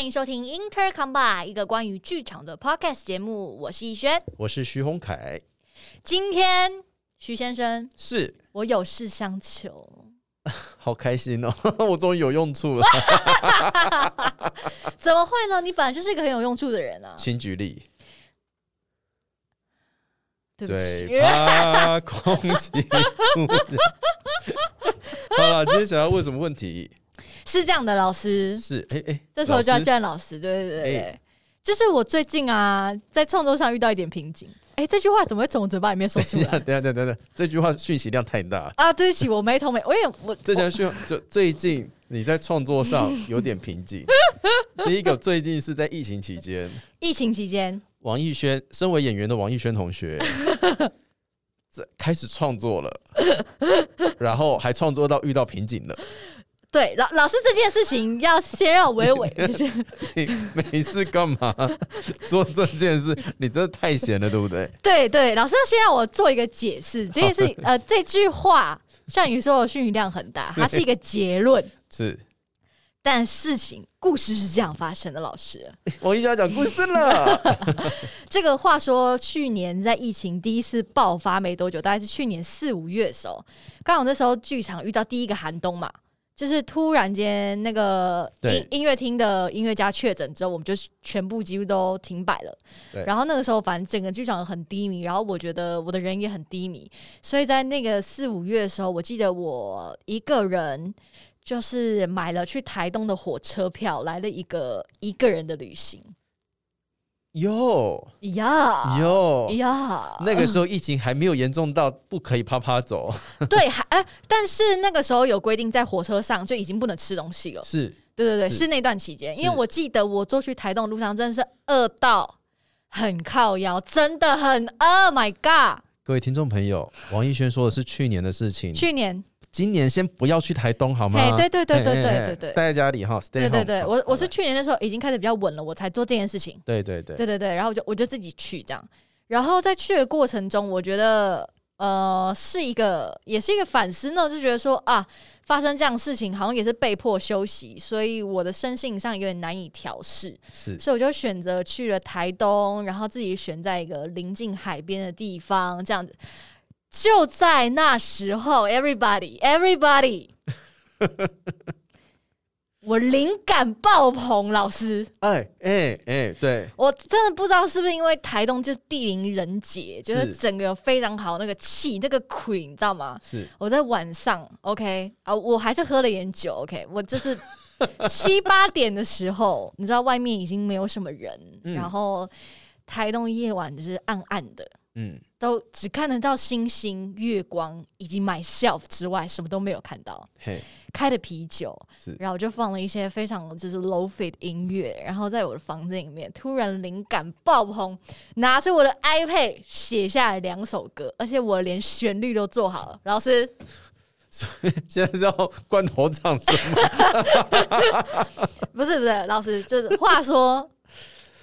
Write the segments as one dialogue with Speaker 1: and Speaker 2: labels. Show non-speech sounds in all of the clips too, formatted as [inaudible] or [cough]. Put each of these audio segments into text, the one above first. Speaker 1: 迎收听 Inter Combine 一个关于剧场的 podcast 节目，我是逸轩。
Speaker 2: 我是徐宏凯，
Speaker 1: 今天徐先生，
Speaker 2: 是
Speaker 1: 我有事相求，
Speaker 2: 好开心哦， [laughs] 我终于有用处了。
Speaker 1: 怎么会呢？你本来就是一个很有用处的人啊！
Speaker 2: 请举例，
Speaker 1: 对不起，
Speaker 2: 对，怕空气 [laughs] 污染。好了，今天想要问什么问题？
Speaker 1: 是这样的，老师，
Speaker 2: 是哎哎，
Speaker 1: 这时候就要
Speaker 2: 老师
Speaker 1: 叫老师，对对对对。
Speaker 2: 哎
Speaker 1: 就是我最近啊，在创作上遇到一点瓶颈。哎、这句话怎么会从我嘴巴里面说出
Speaker 2: [laughs] 等一下，
Speaker 1: 来
Speaker 2: 等一下，等一下，等一下，这句话讯息量太大了。
Speaker 1: 啊？对不起，我没头没，我也我
Speaker 2: 这条讯就最近你在创作上有点
Speaker 1: [laughs]
Speaker 2: 瓶颈。第一个，最近是在疫情期间，
Speaker 1: 疫情期间，
Speaker 2: 王艺轩，身为演员的王艺轩
Speaker 1: [laughs]
Speaker 2: 同学，这开始创作了，然后还创作到遇到瓶颈了。
Speaker 1: 对老老师这件事情要先让我娓娓
Speaker 2: 你没事干嘛做这件事？你真的太闲了，对不对？
Speaker 1: 对对，老师要先让我做一个解释，这件事情 [laughs] 呃，这句话像你说的讯息量很大，它是一个结论，
Speaker 2: 是
Speaker 1: 但事情故事是这样发生的。老师，
Speaker 2: 王一霞讲故事了，
Speaker 1: 这个话说，去年在疫情第一次爆发没多久，大概是去年四五月的时候，刚好那时候剧场遇到第一个寒冬嘛。就是突然间，那个
Speaker 2: 对
Speaker 1: 音音乐厅的音乐家确诊之后，我们就全部几乎都停摆了。
Speaker 2: 对
Speaker 1: 然后那个时候，反正整个剧场很低迷，然后我觉得我的人也很低迷，所以在那个四五月的时候，我记得我一个人就是买了去台东的火车票，来了一个一个人的旅行。
Speaker 2: 哟
Speaker 1: 呀
Speaker 2: 哟，
Speaker 1: 呀，
Speaker 2: 那个时候疫情还没有严重到不可以啪啪走，
Speaker 1: 对，还哎、但是那个时候有规定，在火车上就已经不能吃东西了。
Speaker 2: 是
Speaker 1: 对对对，
Speaker 2: 是
Speaker 1: 是那段期间，
Speaker 2: 是
Speaker 1: 因为我记得我坐去台东的路上真的是饿到很靠腰，真的很饿。My，Oh God，
Speaker 2: 各位听众朋友，王艺轩说的是去年的事情，
Speaker 1: 去年
Speaker 2: 今年先不要去台东好吗
Speaker 1: 嘿？对对对
Speaker 2: 嘿
Speaker 1: 对
Speaker 2: 嘿
Speaker 1: 对
Speaker 2: 嘿
Speaker 1: 对对
Speaker 2: 待在家里哈，stay
Speaker 1: 对对
Speaker 2: home。
Speaker 1: 对，我
Speaker 2: 哎好
Speaker 1: 我是去年的时候已经开始比较稳了，我才做这件事情。
Speaker 2: 对对对，
Speaker 1: 对对对，然后我就我就自己去这样，然后在去的过程中，我觉得呃是一个也是一个反思呢，就觉得说啊，发生这样的事情好像也是被迫休息，所以我的身心上有点难以调试，
Speaker 2: 是
Speaker 1: 所以我就选择去了台东，然后自己选在一个临近海边的地方这样子。就在那时候，everybody
Speaker 2: [laughs]
Speaker 1: everybody，我灵感爆棚，老师。
Speaker 2: 哎哎哎，对，
Speaker 1: 我真的不知道是不是因为台东就是地灵人杰，就是整个有非常好那个气，那个 queen，你知道吗？
Speaker 2: 是
Speaker 1: 我在晚上，OK 啊，我还是喝了点酒，OK，我就是七八点的时候，你知道外面已经没有什么人，
Speaker 2: 嗯
Speaker 1: 然后台东夜晚就是暗暗的，
Speaker 2: 嗯，
Speaker 1: 都只看得到星星、月光以及 myself 之外，什么都没有看到。
Speaker 2: 嘿，
Speaker 1: 开的啤酒
Speaker 2: 是，
Speaker 1: 然后我就放了一些非常就是 low fit 音乐，然后在我的房间里面突然灵感爆棚，拿出我的 iPad 写下来两首歌，而且我连旋律都做好了。老师，
Speaker 2: [laughs] 现在是要罐头掌声吗，
Speaker 1: 不是不是，老师就是话说，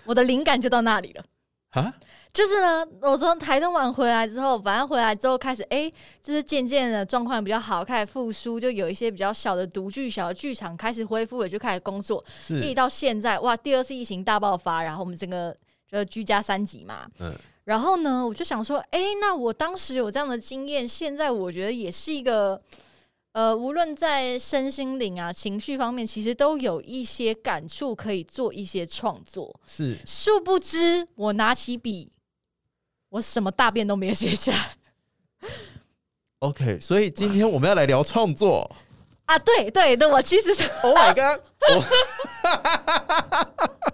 Speaker 1: 我的灵感就到那里了。
Speaker 2: 啊，
Speaker 1: 就是呢，我从台东玩回来之后，反正回来之后开始，哎、就是渐渐的状况比较好，开始复苏，就有一些比较小的独剧、小的剧场开始恢复了，就开始工作。一直
Speaker 2: 是
Speaker 1: 到现在，哇，第二次疫情大爆发，然后我们整个就是居家三级嘛，
Speaker 2: 嗯
Speaker 1: 然后呢，我就想说，哎、那我当时有这样的经验，现在我觉得也是一个，呃，无论在身心灵啊、情绪方面，其实都有一些感触，可以做一些创作。
Speaker 2: 是，
Speaker 1: 殊不知，我拿起笔，我什么大便都没有写下来
Speaker 2: OK，所以今天我们要来聊创作。
Speaker 1: 啊！对对对，我其实是
Speaker 2: [laughs] Oh my god！我 [laughs]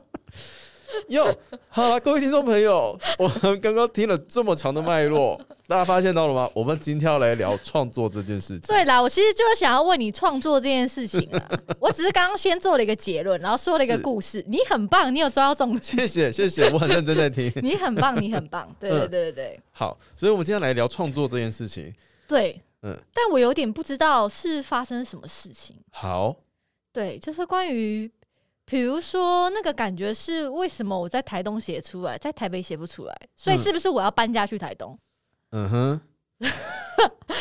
Speaker 2: 哟，好了，各位听众朋友，我们刚刚听了这么长的脉络，大家发现到了吗？我们今天要来聊创作这件事情。
Speaker 1: 对啦，我其实就是想要问你创作这件事情啊，我只是刚刚先做了一个结论，然后说了一个
Speaker 2: 是
Speaker 1: 故事，你很棒，你有抓到重点，
Speaker 2: 谢谢谢谢，我很认真在听。
Speaker 1: 你很棒，你很棒，对对
Speaker 2: 嗯
Speaker 1: 对对对
Speaker 2: 好，所以我们今天来聊创作这件事情。
Speaker 1: 对，
Speaker 2: 嗯
Speaker 1: 但我有点不知道是发生什么事情，
Speaker 2: 好，
Speaker 1: 对，就是关于。比如说，那个感觉是为什么我在台东写出来，在台北写不出来，所以
Speaker 2: 嗯
Speaker 1: 是不是我要搬家去台东？
Speaker 2: 嗯哼，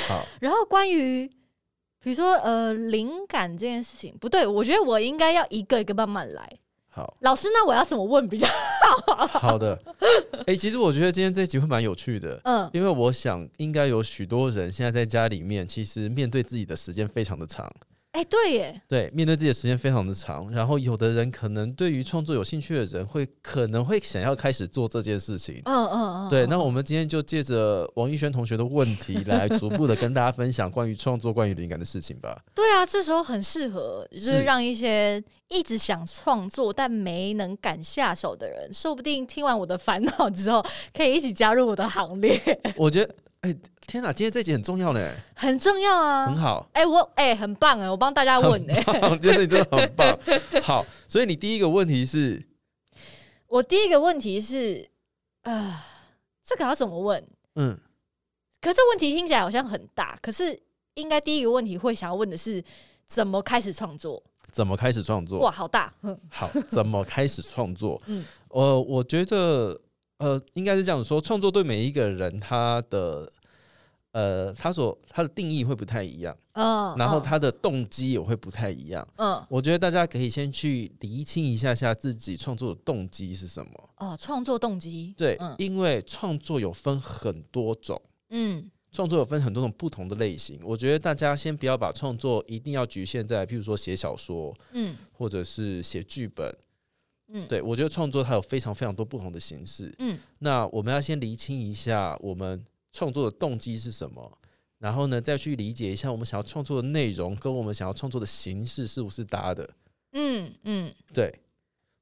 Speaker 2: 好，
Speaker 1: 然后关于比如说呃灵感这件事情，不对，我觉得我应该要一个一个慢慢来。
Speaker 2: 好
Speaker 1: 老师，那我要怎么问比较？
Speaker 2: 好的， [laughs] 哎、其实我觉得今天这一集会蛮有趣的，
Speaker 1: 嗯，
Speaker 2: 因为我想应该有许多人现在在家里面，其实面对自己的时间非常的长，
Speaker 1: 哎、对耶，
Speaker 2: 对，面对自己的时间非常的长。然后有的人可能对于创作有兴趣的人会可能会想要开始做这件事情。
Speaker 1: 嗯嗯嗯，
Speaker 2: 对，
Speaker 1: 嗯
Speaker 2: 那我们今天就借着王一轩同学的问题来逐步的跟大家分享关于创作、关于灵感的事
Speaker 1: [laughs]
Speaker 2: 情吧。
Speaker 1: 对啊，这时候很适合，就是
Speaker 2: 是
Speaker 1: 让一些一直想创作但没能敢下手的人，说不定听完我的烦恼之后，可以一起加入我的行列， [laughs]
Speaker 2: 我觉得，哎、天哪，今天这集很重要呢，
Speaker 1: 很重要啊 [laughs]
Speaker 2: 很。好。
Speaker 1: 哎、我哎、很棒哎，我帮大家问哎。
Speaker 2: 觉得你真的很棒。好，所以你第一个问题是，
Speaker 1: 我第一个问题是，呃，这个要怎么问？
Speaker 2: 嗯，
Speaker 1: 可是这问题听起来好像很大，可是应该第一个问题会想要问的是，怎么开始创作？
Speaker 2: 怎么开始创作？
Speaker 1: 哇，好大，嗯
Speaker 2: 好，怎么开始创作？
Speaker 1: [laughs] 嗯
Speaker 2: 嗯，呃，我觉得呃，应该是这样说，创作对每一个人他的呃，他所他的定义会不太一样，
Speaker 1: 嗯，
Speaker 2: 然后
Speaker 1: 嗯，
Speaker 2: 他的动机也会不太一样。
Speaker 1: 嗯，
Speaker 2: 我觉得大家可以先去厘清一下下自己创作的动机是什么。
Speaker 1: 哦，创作动机，
Speaker 2: 对，
Speaker 1: 嗯
Speaker 2: 因为创作有分很多种。
Speaker 1: 嗯
Speaker 2: 创作有分很多种不同的类型，我觉得大家先不要把创作一定要局限在，譬如说写小说
Speaker 1: 嗯
Speaker 2: 或者是写剧本，
Speaker 1: 嗯，，
Speaker 2: 对，我觉得创作它有非常非常多不同的形式。
Speaker 1: 嗯
Speaker 2: 那我们要先厘清一下我们创作的动机是什么，然后呢，再去理解一下我们想要创作的内容跟我们想要创作的形式是不是搭的。
Speaker 1: 嗯嗯
Speaker 2: 对，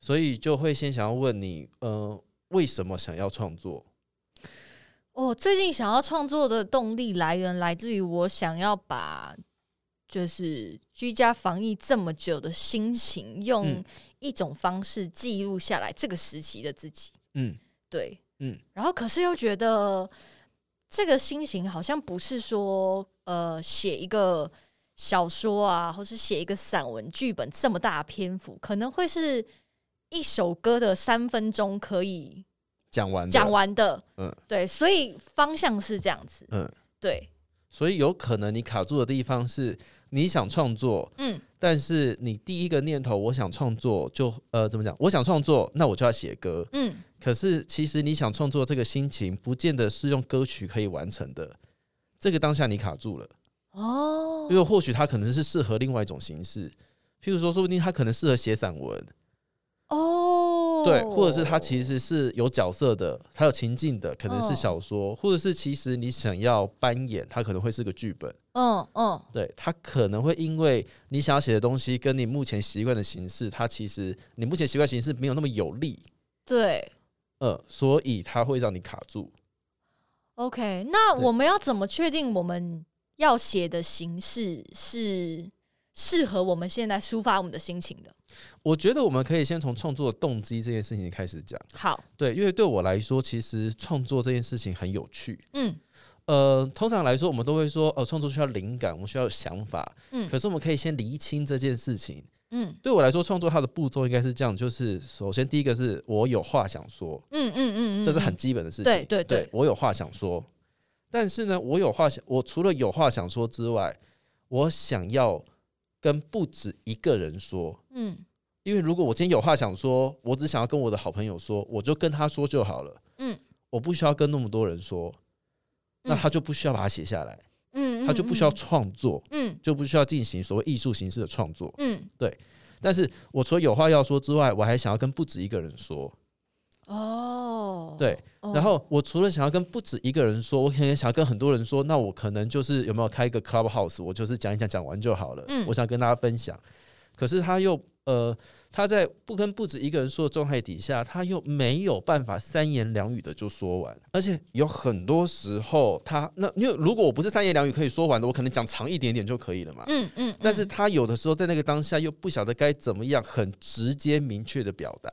Speaker 2: 所以就会先想要问你，呃，为什么想要创作？
Speaker 1: 我哦最近想要创作的动力来源来自于我想要把就是居家防疫这么久的心情，用
Speaker 2: 嗯
Speaker 1: 一种方式记录下来这个时期的自己。
Speaker 2: 嗯
Speaker 1: 对，
Speaker 2: 嗯，
Speaker 1: 然后可是又觉得这个心情好像不是说呃写一个小说啊，或是写一个散文剧本这么大的篇幅，可能会是一首歌的三分钟可以
Speaker 2: 讲完的
Speaker 1: 讲，完的，
Speaker 2: 嗯
Speaker 1: 对，所以方向是这样子，
Speaker 2: 嗯，
Speaker 1: 对，
Speaker 2: 所以有可能你卡住的地方是你想创作，
Speaker 1: 嗯
Speaker 2: 但是你第一个念头我想创作就呃怎么讲？我想创作，那我就要写歌。
Speaker 1: 嗯
Speaker 2: 可是其实你想创作这个心情，不见得是用歌曲可以完成的。这个当下你卡住了，
Speaker 1: 哦
Speaker 2: 因，为或许它可能是适合另外一种形式，譬如说，说不定它可能适合写散文，
Speaker 1: 哦，
Speaker 2: 对，或者是它其实是有角色的，它有情境的，可能
Speaker 1: 哦
Speaker 2: 是小说，或者是其实你想要扮演，它可能会是个剧本，
Speaker 1: 嗯嗯
Speaker 2: 对，它可能会因为你想要写的东西跟你目前习惯的形式，它其实你目前习惯形式没有那么有力，
Speaker 1: 对。
Speaker 2: 呃，所以它会让你卡住。
Speaker 1: OK，那
Speaker 2: 对
Speaker 1: 我们要怎么确定我们要写的形式是适合我们现在抒发我们的心情的？
Speaker 2: 我觉得我们可以先从创作的动机这件事情开始讲。
Speaker 1: 好，
Speaker 2: 对，因为对我来说，其实创作这件事情很有趣。
Speaker 1: 嗯
Speaker 2: 呃，通常来说，我们都会说，呃，创作需要灵感，我们需要有想法。
Speaker 1: 嗯
Speaker 2: 可是我们可以先厘清这件事情。
Speaker 1: 嗯
Speaker 2: 对我来说，创作它的步骤应该是这样：就是首先第一个是我有话想说，
Speaker 1: 嗯嗯嗯嗯，
Speaker 2: 这是很
Speaker 1: 嗯
Speaker 2: 基本的事情。
Speaker 1: 对对对
Speaker 2: 我有话想说。但是呢，我有话想，我除了有话想说之外，我想要跟不止一个人说。
Speaker 1: 嗯
Speaker 2: 因为如果我今天有话想说，我只想要跟我的好朋友说，我就跟他说就好了。
Speaker 1: 嗯，
Speaker 2: 我不需要跟那么多人说，那他就不需要把它写下来，
Speaker 1: 嗯，嗯
Speaker 2: 他就不需要创作，
Speaker 1: 嗯
Speaker 2: 就不需要进行所谓艺术形式的创作。
Speaker 1: 嗯
Speaker 2: 但是我除了有话要说之外，我还想要跟不止一个人说。
Speaker 1: 嗯哦，
Speaker 2: 对，
Speaker 1: 哦，
Speaker 2: 然后我除了想要跟不止一个人说，我可能想要跟很多人说，那我可能就是有没有开一个 clubhouse，我就是讲一讲，讲完就好了。
Speaker 1: 嗯
Speaker 2: 我想跟大家分享，可是他又呃，他在不跟不止一个人说的状态底下，他又没有办法三言两语的就说完，而且有很多时候他那因为如果我不是三言两语可以说完的，我可能讲长一点点就可以了嘛。
Speaker 1: 嗯嗯，嗯
Speaker 2: 但是他有的时候在那个当下又不晓得该怎么样很直接明确的表达，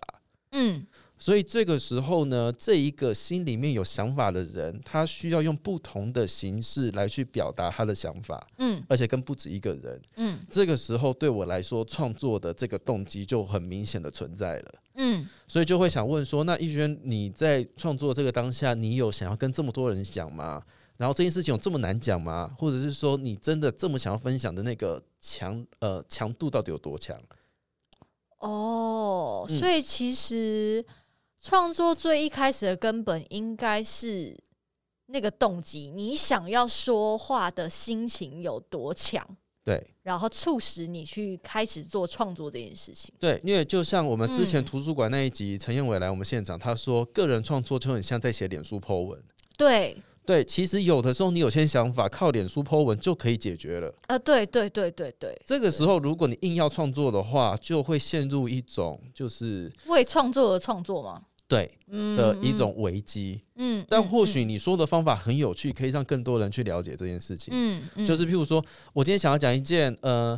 Speaker 1: 嗯
Speaker 2: 所以这个时候呢，这一个心里面有想法的人，他需要用不同的形式来去表达他的想法，
Speaker 1: 嗯
Speaker 2: 而且跟不止一个人。
Speaker 1: 嗯
Speaker 2: 这个时候对我来说，创作的这个动机就很明显的存在了。
Speaker 1: 嗯
Speaker 2: 所以就会想问说，那逸轩，你在创作这个当下，你有想要跟这么多人讲吗？然后这件事情有这么难讲吗？或者是说，你真的这么想要分享的那个强呃强度到底有多强？
Speaker 1: 哦，
Speaker 2: 嗯
Speaker 1: 所以其实创作最一开始的根本应该是那个动机，你想要说话的心情有多强，
Speaker 2: 对
Speaker 1: 然后促使你去开始做创作这件事情。
Speaker 2: 对，因为就像我们之前
Speaker 1: 嗯
Speaker 2: 图书馆那一集，陈彦伟来我们现场，他说个人创作就很像在写脸书 po 文。
Speaker 1: 对，
Speaker 2: 对，其实有的时候你有些想法靠脸书 po 文就可以解决了。
Speaker 1: 呃，对对对对对，
Speaker 2: 这个时候，如果你硬要创作的话，就会陷入一种就是
Speaker 1: 为创作而创作嘛，
Speaker 2: 对
Speaker 1: 嗯
Speaker 2: 的一，种危机。
Speaker 1: 嗯，嗯
Speaker 2: 但或，许你说的方法很有趣，可以让更多人去了解这件事情。
Speaker 1: 嗯，嗯
Speaker 2: 就是譬如说，我今天想要讲一件，呃，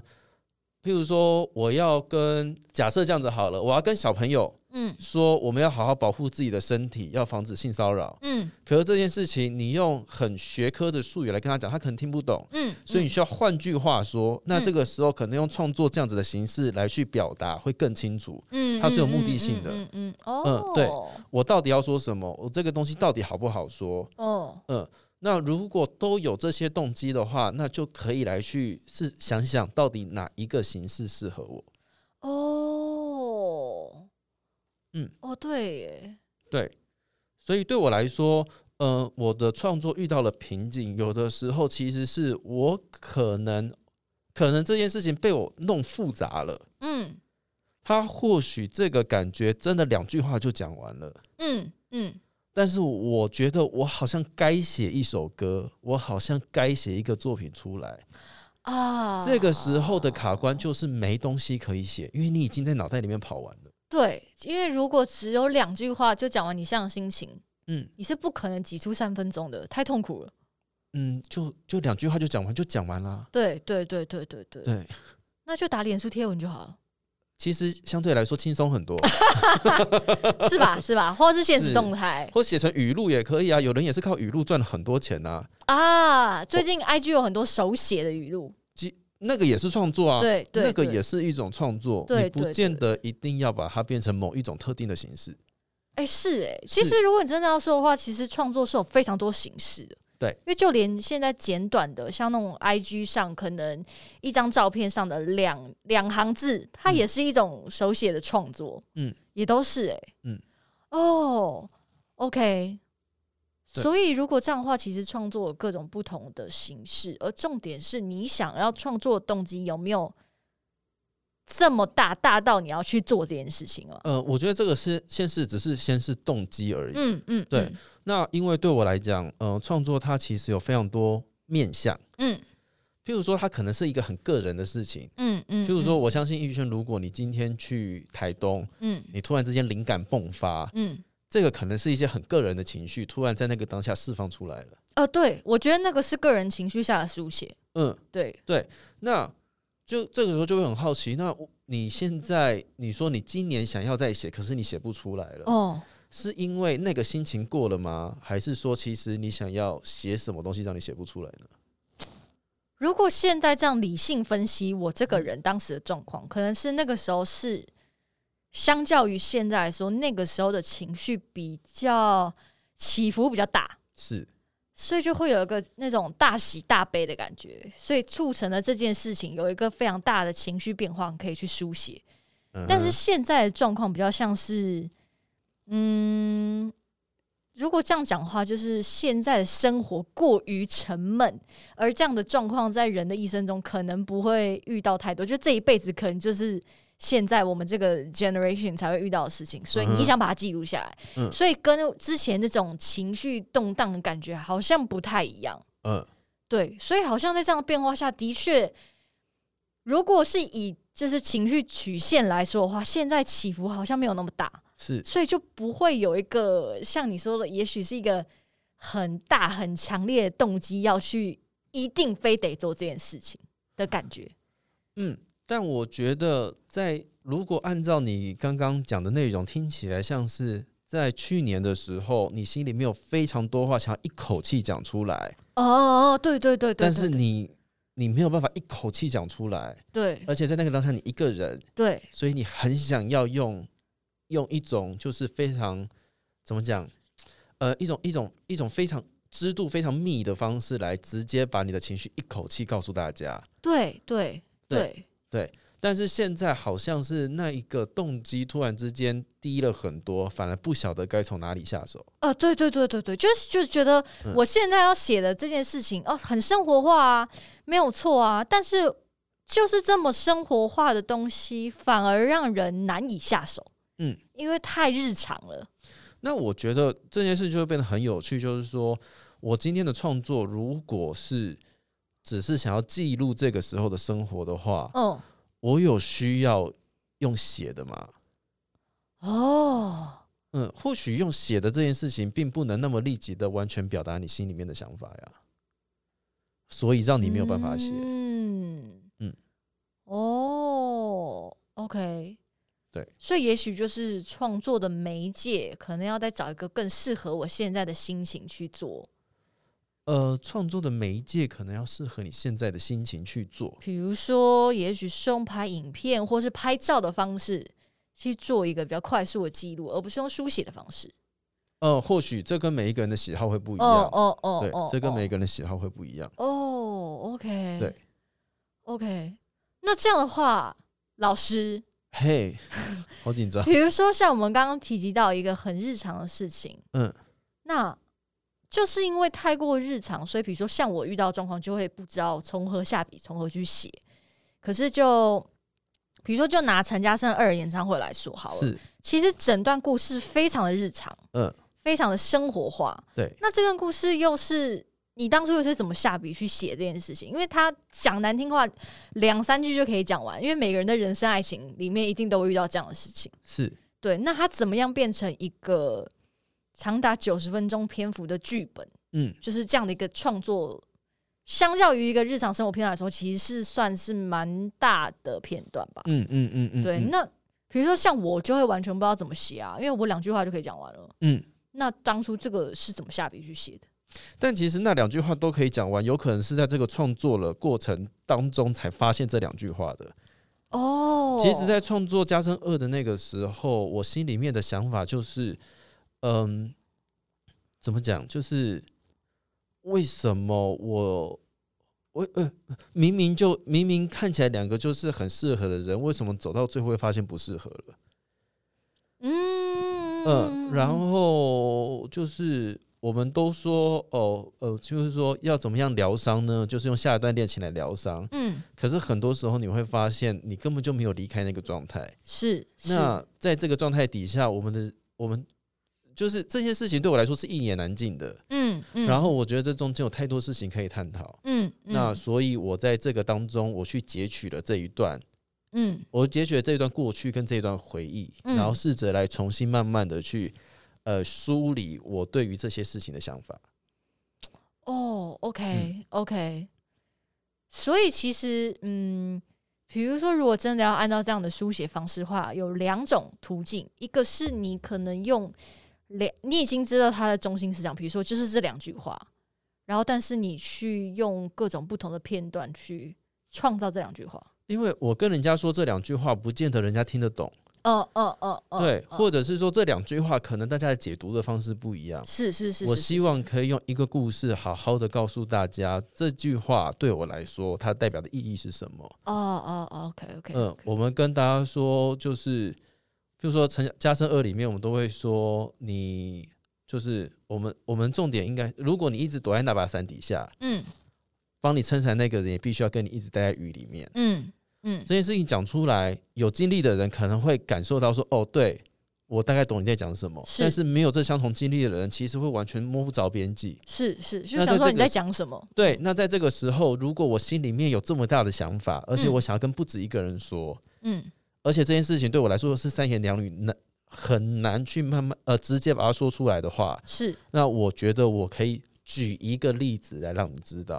Speaker 2: 譬如说，我要跟假设这样子好了，我要跟小朋友
Speaker 1: 嗯
Speaker 2: 说，我们要好好保护自己的身体，要防止性骚扰。
Speaker 1: 嗯
Speaker 2: 可是这件事情，你用很学科的术语来跟他讲，他可能听不懂，
Speaker 1: 嗯，
Speaker 2: 所以你
Speaker 1: 嗯
Speaker 2: 需要换句话说。那这个时候，可能用创作这样子的形式来去表达，会更清楚。
Speaker 1: 嗯，
Speaker 2: 它是有
Speaker 1: 嗯
Speaker 2: 目的
Speaker 1: 嗯
Speaker 2: 性的
Speaker 1: 嗯嗯，嗯哦，
Speaker 2: 对我到底要说什么？我这个东西到底好不好说？
Speaker 1: 哦，
Speaker 2: 嗯，那如果都有这些动机的话，那就可以来去是想想到底哪一个形式适合我。
Speaker 1: 哦，
Speaker 2: 嗯，
Speaker 1: 哦，对耶，
Speaker 2: 对，所以对我来说，呃，我的创作遇到了瓶颈，有的时候其实是我可能可能这件事情被我弄复杂了。
Speaker 1: 嗯
Speaker 2: 他或许这个感觉真的两句话就讲完了，
Speaker 1: 嗯嗯
Speaker 2: 但是我觉得我好像该写一首歌，我好像该写一个作品出来。
Speaker 1: 啊，
Speaker 2: 这个时候的卡关就是没东西可以写，因为你已经在脑袋里面跑完了。
Speaker 1: 对，因为如果只有两句话就讲完你现在的心情，
Speaker 2: 嗯
Speaker 1: 你是不可能挤出三分钟的，太痛苦了。
Speaker 2: 嗯，就就两句话就讲完，就讲完啦。
Speaker 1: 对对对对对对，
Speaker 2: 对，
Speaker 1: 那就打脸书贴文就好了，
Speaker 2: 其实相对来说轻松很多，
Speaker 1: 是
Speaker 2: [laughs]
Speaker 1: 吧？是吧？或者是现实
Speaker 2: 是
Speaker 1: 动态
Speaker 2: 或写成语录也可以啊。有人也是靠语录赚了很多钱啊，
Speaker 1: 啊，最近 IG 有很多手写的语录，
Speaker 2: 那个也是创作啊。
Speaker 1: 对对，
Speaker 2: 那个
Speaker 1: 对
Speaker 2: 也是一种创作，
Speaker 1: 对
Speaker 2: 你不
Speaker 1: 对
Speaker 2: 见得一定要把它变成某一种特定的形式。
Speaker 1: 哎、是哎、其
Speaker 2: 是
Speaker 1: 实如果你真的要说的话，其实创作是有非常多形式的。
Speaker 2: 对
Speaker 1: 因为就连现在简短的，像那种 I G 上可能一张照片上的两两行字，它
Speaker 2: 嗯
Speaker 1: 也是一种手写的创作，
Speaker 2: 嗯，
Speaker 1: 也都是哎、
Speaker 2: 嗯，
Speaker 1: 哦、o k
Speaker 2: 对
Speaker 1: 所以如果这样的话，其实创作有各种不同的形式，而重点是你想要创作的动机有没有这么大，大到你要去做这件事情啊？
Speaker 2: 呃，我觉得这个是现实，只是先是动机而已。
Speaker 1: 嗯嗯，
Speaker 2: 对
Speaker 1: 嗯，
Speaker 2: 那因为对我来讲，呃，创作它其实有非常多面向，
Speaker 1: 嗯
Speaker 2: 譬如说它可能是一个很个人的事情。
Speaker 1: 嗯嗯，
Speaker 2: 譬如
Speaker 1: 嗯
Speaker 2: 说，我相信玉轩，如果你今天去台东，
Speaker 1: 嗯
Speaker 2: 你突然之间灵感迸发，
Speaker 1: 嗯，
Speaker 2: 这个可能是一些很个人的情绪，突然在那个当下释放出来了。
Speaker 1: 哦，对，我觉得那个是个人情绪下的书写，
Speaker 2: 嗯，
Speaker 1: 对，
Speaker 2: 那就这个时候就会很好奇，那我你现在你说你今年想要再写，可是你写不出来了，
Speaker 1: 哦，
Speaker 2: 是因为那个心情过了吗？还是说其实你想要写什么东西让你写不出来呢？
Speaker 1: 如果现在这样理性分析我这个人当时的状况，可能是那个时候是，相较于现在来说，那个时候的情绪比较起伏比较大，
Speaker 2: 是，
Speaker 1: 所以就会有一个那种大喜大悲的感觉，所以促成了这件事情有一个非常大的情绪变化可以去书写。
Speaker 2: 嗯
Speaker 1: 但
Speaker 2: 哼
Speaker 1: 是现在的状况比较像是，嗯，如果这样讲的话，就是现在的生活过于沉闷，而这样的状况在人的一生中可能不会遇到太多，就这一辈子可能就是。现在我们这个 generation 才会遇到的事情，所以
Speaker 2: 嗯
Speaker 1: 你
Speaker 2: 哼
Speaker 1: 想把它记录下来，
Speaker 2: 嗯
Speaker 1: 所以跟之前那种情绪动荡的感觉好像不太一样。
Speaker 2: 嗯，
Speaker 1: 对，所以好像在这样的变化下，的确，如果是以就是情绪曲线来说的话，现在起伏好像没有那么大，
Speaker 2: 是
Speaker 1: 所以就不会有一个像你说的，也许是一个很大很强烈的动机要去一定非得做这件事情的感觉。
Speaker 2: 嗯，但我觉得在如果按照你刚刚讲的内容，听起来像是在去年的时候，你心里面有非常多话想要一口气讲出来，
Speaker 1: 哦哦，哦对对对对，
Speaker 2: 但是
Speaker 1: 对
Speaker 2: 你你没有办法一口气讲出来，
Speaker 1: 对
Speaker 2: 而且在那个当下你一个人，
Speaker 1: 对
Speaker 2: 所以你很想要用用一种就是非常怎么讲，呃，一种一种一种非常。织度非常密的方式来直接把你的情绪一口气告诉大家，
Speaker 1: 对对
Speaker 2: 对
Speaker 1: 对，
Speaker 2: 但是现在好像是那一个动机突然之间低了很多，反而不晓得该从哪里下手。
Speaker 1: 啊，对对对对对，就是就是觉得
Speaker 2: 嗯
Speaker 1: 我现在要写的这件事情哦，很生活化啊，没有错啊，但是就是这么生活化的东西，反而让人难以下手。
Speaker 2: 嗯，
Speaker 1: 因为太日常了。
Speaker 2: 那我觉得这件事就会变得很有趣，就是说我今天的创作，如果是只是想要记录这个时候的生活的话，
Speaker 1: 嗯，
Speaker 2: 我有需要用写的吗？
Speaker 1: 哦，
Speaker 2: 嗯，或许用写的这件事情，并不能那么立即的完全表达你心里面的想法呀，所以让你没有办法写。
Speaker 1: 嗯
Speaker 2: 嗯
Speaker 1: 哦，OK，
Speaker 2: 对，
Speaker 1: 所以也许就是创作的媒介，可能要再找一个更适合我现在的心情去做，
Speaker 2: 呃，创作的媒介可能要适合你现在的心情去做。
Speaker 1: 比如说，也许是用拍影片或是拍照的方式去做一个比较快速的记录，而不是用书写的方式。
Speaker 2: 呃，或许这跟每一个人的喜好会不一样。
Speaker 1: 哦哦哦
Speaker 2: 对，
Speaker 1: 哦，
Speaker 2: 这跟每一
Speaker 1: 个
Speaker 2: 个人的喜好会不一样。
Speaker 1: 哦，OK，
Speaker 2: 对
Speaker 1: ，OK，那这样的话，老师，
Speaker 2: 嘿、好紧张。
Speaker 1: 比如说像我们刚刚提及到一个很日常的事情，
Speaker 2: 嗯，
Speaker 1: 那就是因为太过日常，所以比如说像我遇到状况，就会不知道从何下笔，从何去写。可是就比如说，就拿陈嘉生二人演唱会来说 [laughs] 好了，
Speaker 2: 是，
Speaker 1: 其实整段故事非常的日常，
Speaker 2: 嗯，
Speaker 1: 非常的生活化。
Speaker 2: 对，
Speaker 1: 那这段故事又是你当初又是怎么下笔去写这件事情？因为他讲难听话，两三句就可以讲完，因为每个人的人生爱情里面一定都会遇到这样的事情。
Speaker 2: 是。
Speaker 1: 对，那它怎么样变成一个长达九十分钟篇幅的剧本？
Speaker 2: 嗯，
Speaker 1: 就是这样的一个创作，相较于一个日常生活片段来说，其实是算是蛮大的片段吧。
Speaker 2: 嗯嗯嗯嗯，
Speaker 1: 对，
Speaker 2: 嗯
Speaker 1: 那比如说像我就会完全不知道怎么写啊，因为我两句话就可以讲完了。
Speaker 2: 嗯，
Speaker 1: 那当初这个是怎么下笔去写的？
Speaker 2: 但其实那两句话都可以讲完，有可能是在这个创作了过程当中才发现这两句话的。
Speaker 1: 哦
Speaker 2: 其实，在创作《加深二》的那个时候，我心里面的想法就是，嗯，怎么讲？就是为什么我我呃，明明就明明看起来两个就是很适合的人，为什么走到最后会发现不适合了？
Speaker 1: 嗯
Speaker 2: 嗯，然后就是我们都说哦，呃，就是说要怎么样疗伤呢？就是用下一段恋情来疗伤。
Speaker 1: 嗯
Speaker 2: 可是很多时候你会发现，你根本就没有离开那个状态。
Speaker 1: 是是
Speaker 2: 那在这个状态底下，我们的我们就是这些事情对我来说是一言难尽的。
Speaker 1: 嗯嗯，
Speaker 2: 然后我觉得这中间有太多事情可以探讨。
Speaker 1: 嗯嗯
Speaker 2: 那所以，我在这个当中，我去截取了这一段，
Speaker 1: 嗯
Speaker 2: 我截取了这一段过去跟这一段回忆，
Speaker 1: 嗯
Speaker 2: 然后试着来重新慢慢的去呃梳理我对于这些事情的想法。
Speaker 1: 哦，OK，OK、o
Speaker 2: 嗯
Speaker 1: k OK，所以其实，嗯，比如说，如果真的要按照这样的书写方式的话，有两种途径，一个是你可能用两，你已经知道它的中心思想，比如说就是这两句话，然后但是你去用各种不同的片段去创造这两句话。
Speaker 2: 因为我跟人家说这两句话，不见得人家听得懂，
Speaker 1: 哦哦哦哦，
Speaker 2: 对，
Speaker 1: 嗯
Speaker 2: 或者是说这两句话可能大家的解读的方式不一样。
Speaker 1: 是是是，
Speaker 2: 我
Speaker 1: 是
Speaker 2: 希，望可以用一个故事好好的告诉大家，这句话对我来说它代表的意义是什么。
Speaker 1: 是哦哦哦，OK OK，
Speaker 2: 嗯，我们跟大家说，就是，就说《陈加生二》里面，我们都会说你就是我们我们重点应该，如果你一直躲在那把伞底下，
Speaker 1: 嗯
Speaker 2: 帮你撑伞那个人也必须要跟你一直待在雨里面。
Speaker 1: 嗯嗯，
Speaker 2: 这件事情讲出来，有经历的人可能会感受到说，哦，对我大概懂你在讲什么。
Speaker 1: 是
Speaker 2: 但是没有这相同经历的人，其实会完全摸不着边际。
Speaker 1: 是是，就
Speaker 2: 那
Speaker 1: 想
Speaker 2: 在
Speaker 1: 说
Speaker 2: 这
Speaker 1: 你
Speaker 2: 个
Speaker 1: 在
Speaker 2: 是
Speaker 1: 讲什么？
Speaker 2: 对，那在这个时候，如果我心里面有这么大的想法，而且
Speaker 1: 嗯
Speaker 2: 我想要跟不止一个人说，
Speaker 1: 嗯
Speaker 2: 而且这件事情对我来说是三言两语难很难去慢慢呃直接把它说出来的话，
Speaker 1: 是
Speaker 2: 那我觉得我可以举一个例子来让你知道，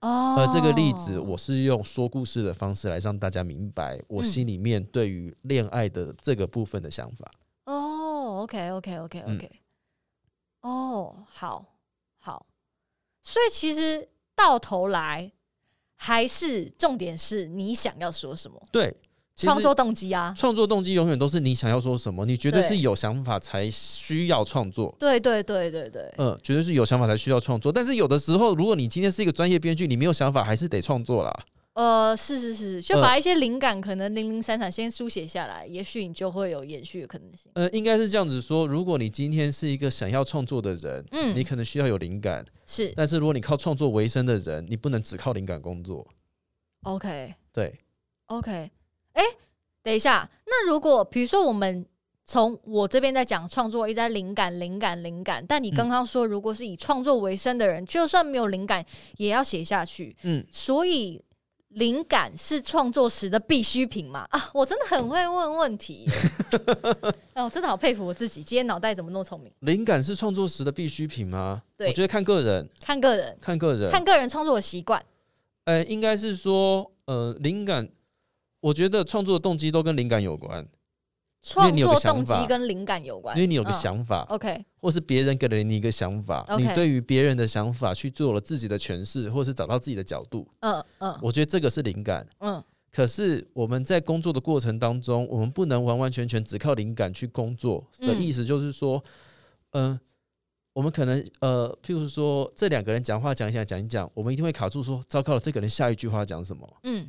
Speaker 1: 哦，
Speaker 2: 而呃这个例子我是用说故事的方式来让大家明白我
Speaker 1: 嗯
Speaker 2: 心里面对于恋爱的这个部分的想法。
Speaker 1: 哦，OK OK OK
Speaker 2: 嗯
Speaker 1: OK，、哦，好好，所以其实到头来还是重点是你想要说什么，
Speaker 2: 对，其实
Speaker 1: 创作动机啊，
Speaker 2: 创作动机永远都是你想要说什么，你绝对
Speaker 1: 对
Speaker 2: 是有想法才需要创作。
Speaker 1: 对对对对对，
Speaker 2: 嗯，绝对是有想法才需要创作，但是有的时候，如果你今天是一个专业编剧，你没有想法还是得创作啦。
Speaker 1: 呃，是是是，就把一些灵感可能零零散散先书写下来，也许你就会有延续的可能性。
Speaker 2: 呃，应该是这样子说：如果你今天是一个想要创作的人，
Speaker 1: 嗯
Speaker 2: 你可能需要有灵感；
Speaker 1: 是
Speaker 2: 但是如果你靠创作为生的人，你不能只靠灵感工作。
Speaker 1: OK
Speaker 2: 对，
Speaker 1: OK，哎、等一下，那如果比如说我们从我这边在讲创作，一直在灵感、灵感、灵感，但你刚
Speaker 2: 嗯
Speaker 1: 刚说，如果是以创作为生的人，就算没有灵感，也要写下去。
Speaker 2: 嗯，
Speaker 1: 所以灵感是创作时的必需品嘛？啊，我真的很会问问题
Speaker 2: [laughs]
Speaker 1: 耶，啊，我真的好佩服我自己，今天脑袋怎么那么聪明？
Speaker 2: 灵感是创作时的必需品吗？
Speaker 1: 对
Speaker 2: 我觉得看个人，
Speaker 1: 看个人，
Speaker 2: 看个人，
Speaker 1: 看个人创作的习惯。
Speaker 2: 呃，应该是说，呃，灵感，我觉得创作的动机都跟灵感有关，为
Speaker 1: 创
Speaker 2: 你有个
Speaker 1: 作动机
Speaker 2: 想法
Speaker 1: 跟灵感有关，
Speaker 2: 因为你有个
Speaker 1: 嗯、
Speaker 2: 想法，
Speaker 1: OK，
Speaker 2: 或是别人给了你一个想法
Speaker 1: OK
Speaker 2: 你对于别人的想法去做了自己的诠释，或是找到自己的角度，
Speaker 1: 嗯嗯
Speaker 2: 我觉得这个是灵感。
Speaker 1: 嗯，
Speaker 2: 可是我们在工作的过程当中，我们不能完完全全只靠灵感去工作的
Speaker 1: 嗯
Speaker 2: 意思，就是说，嗯、我们可能呃，譬如说这两个人讲话讲一讲讲一讲，我们一定会卡住说，糟糕了，这个人下一句话讲什么？
Speaker 1: 嗯，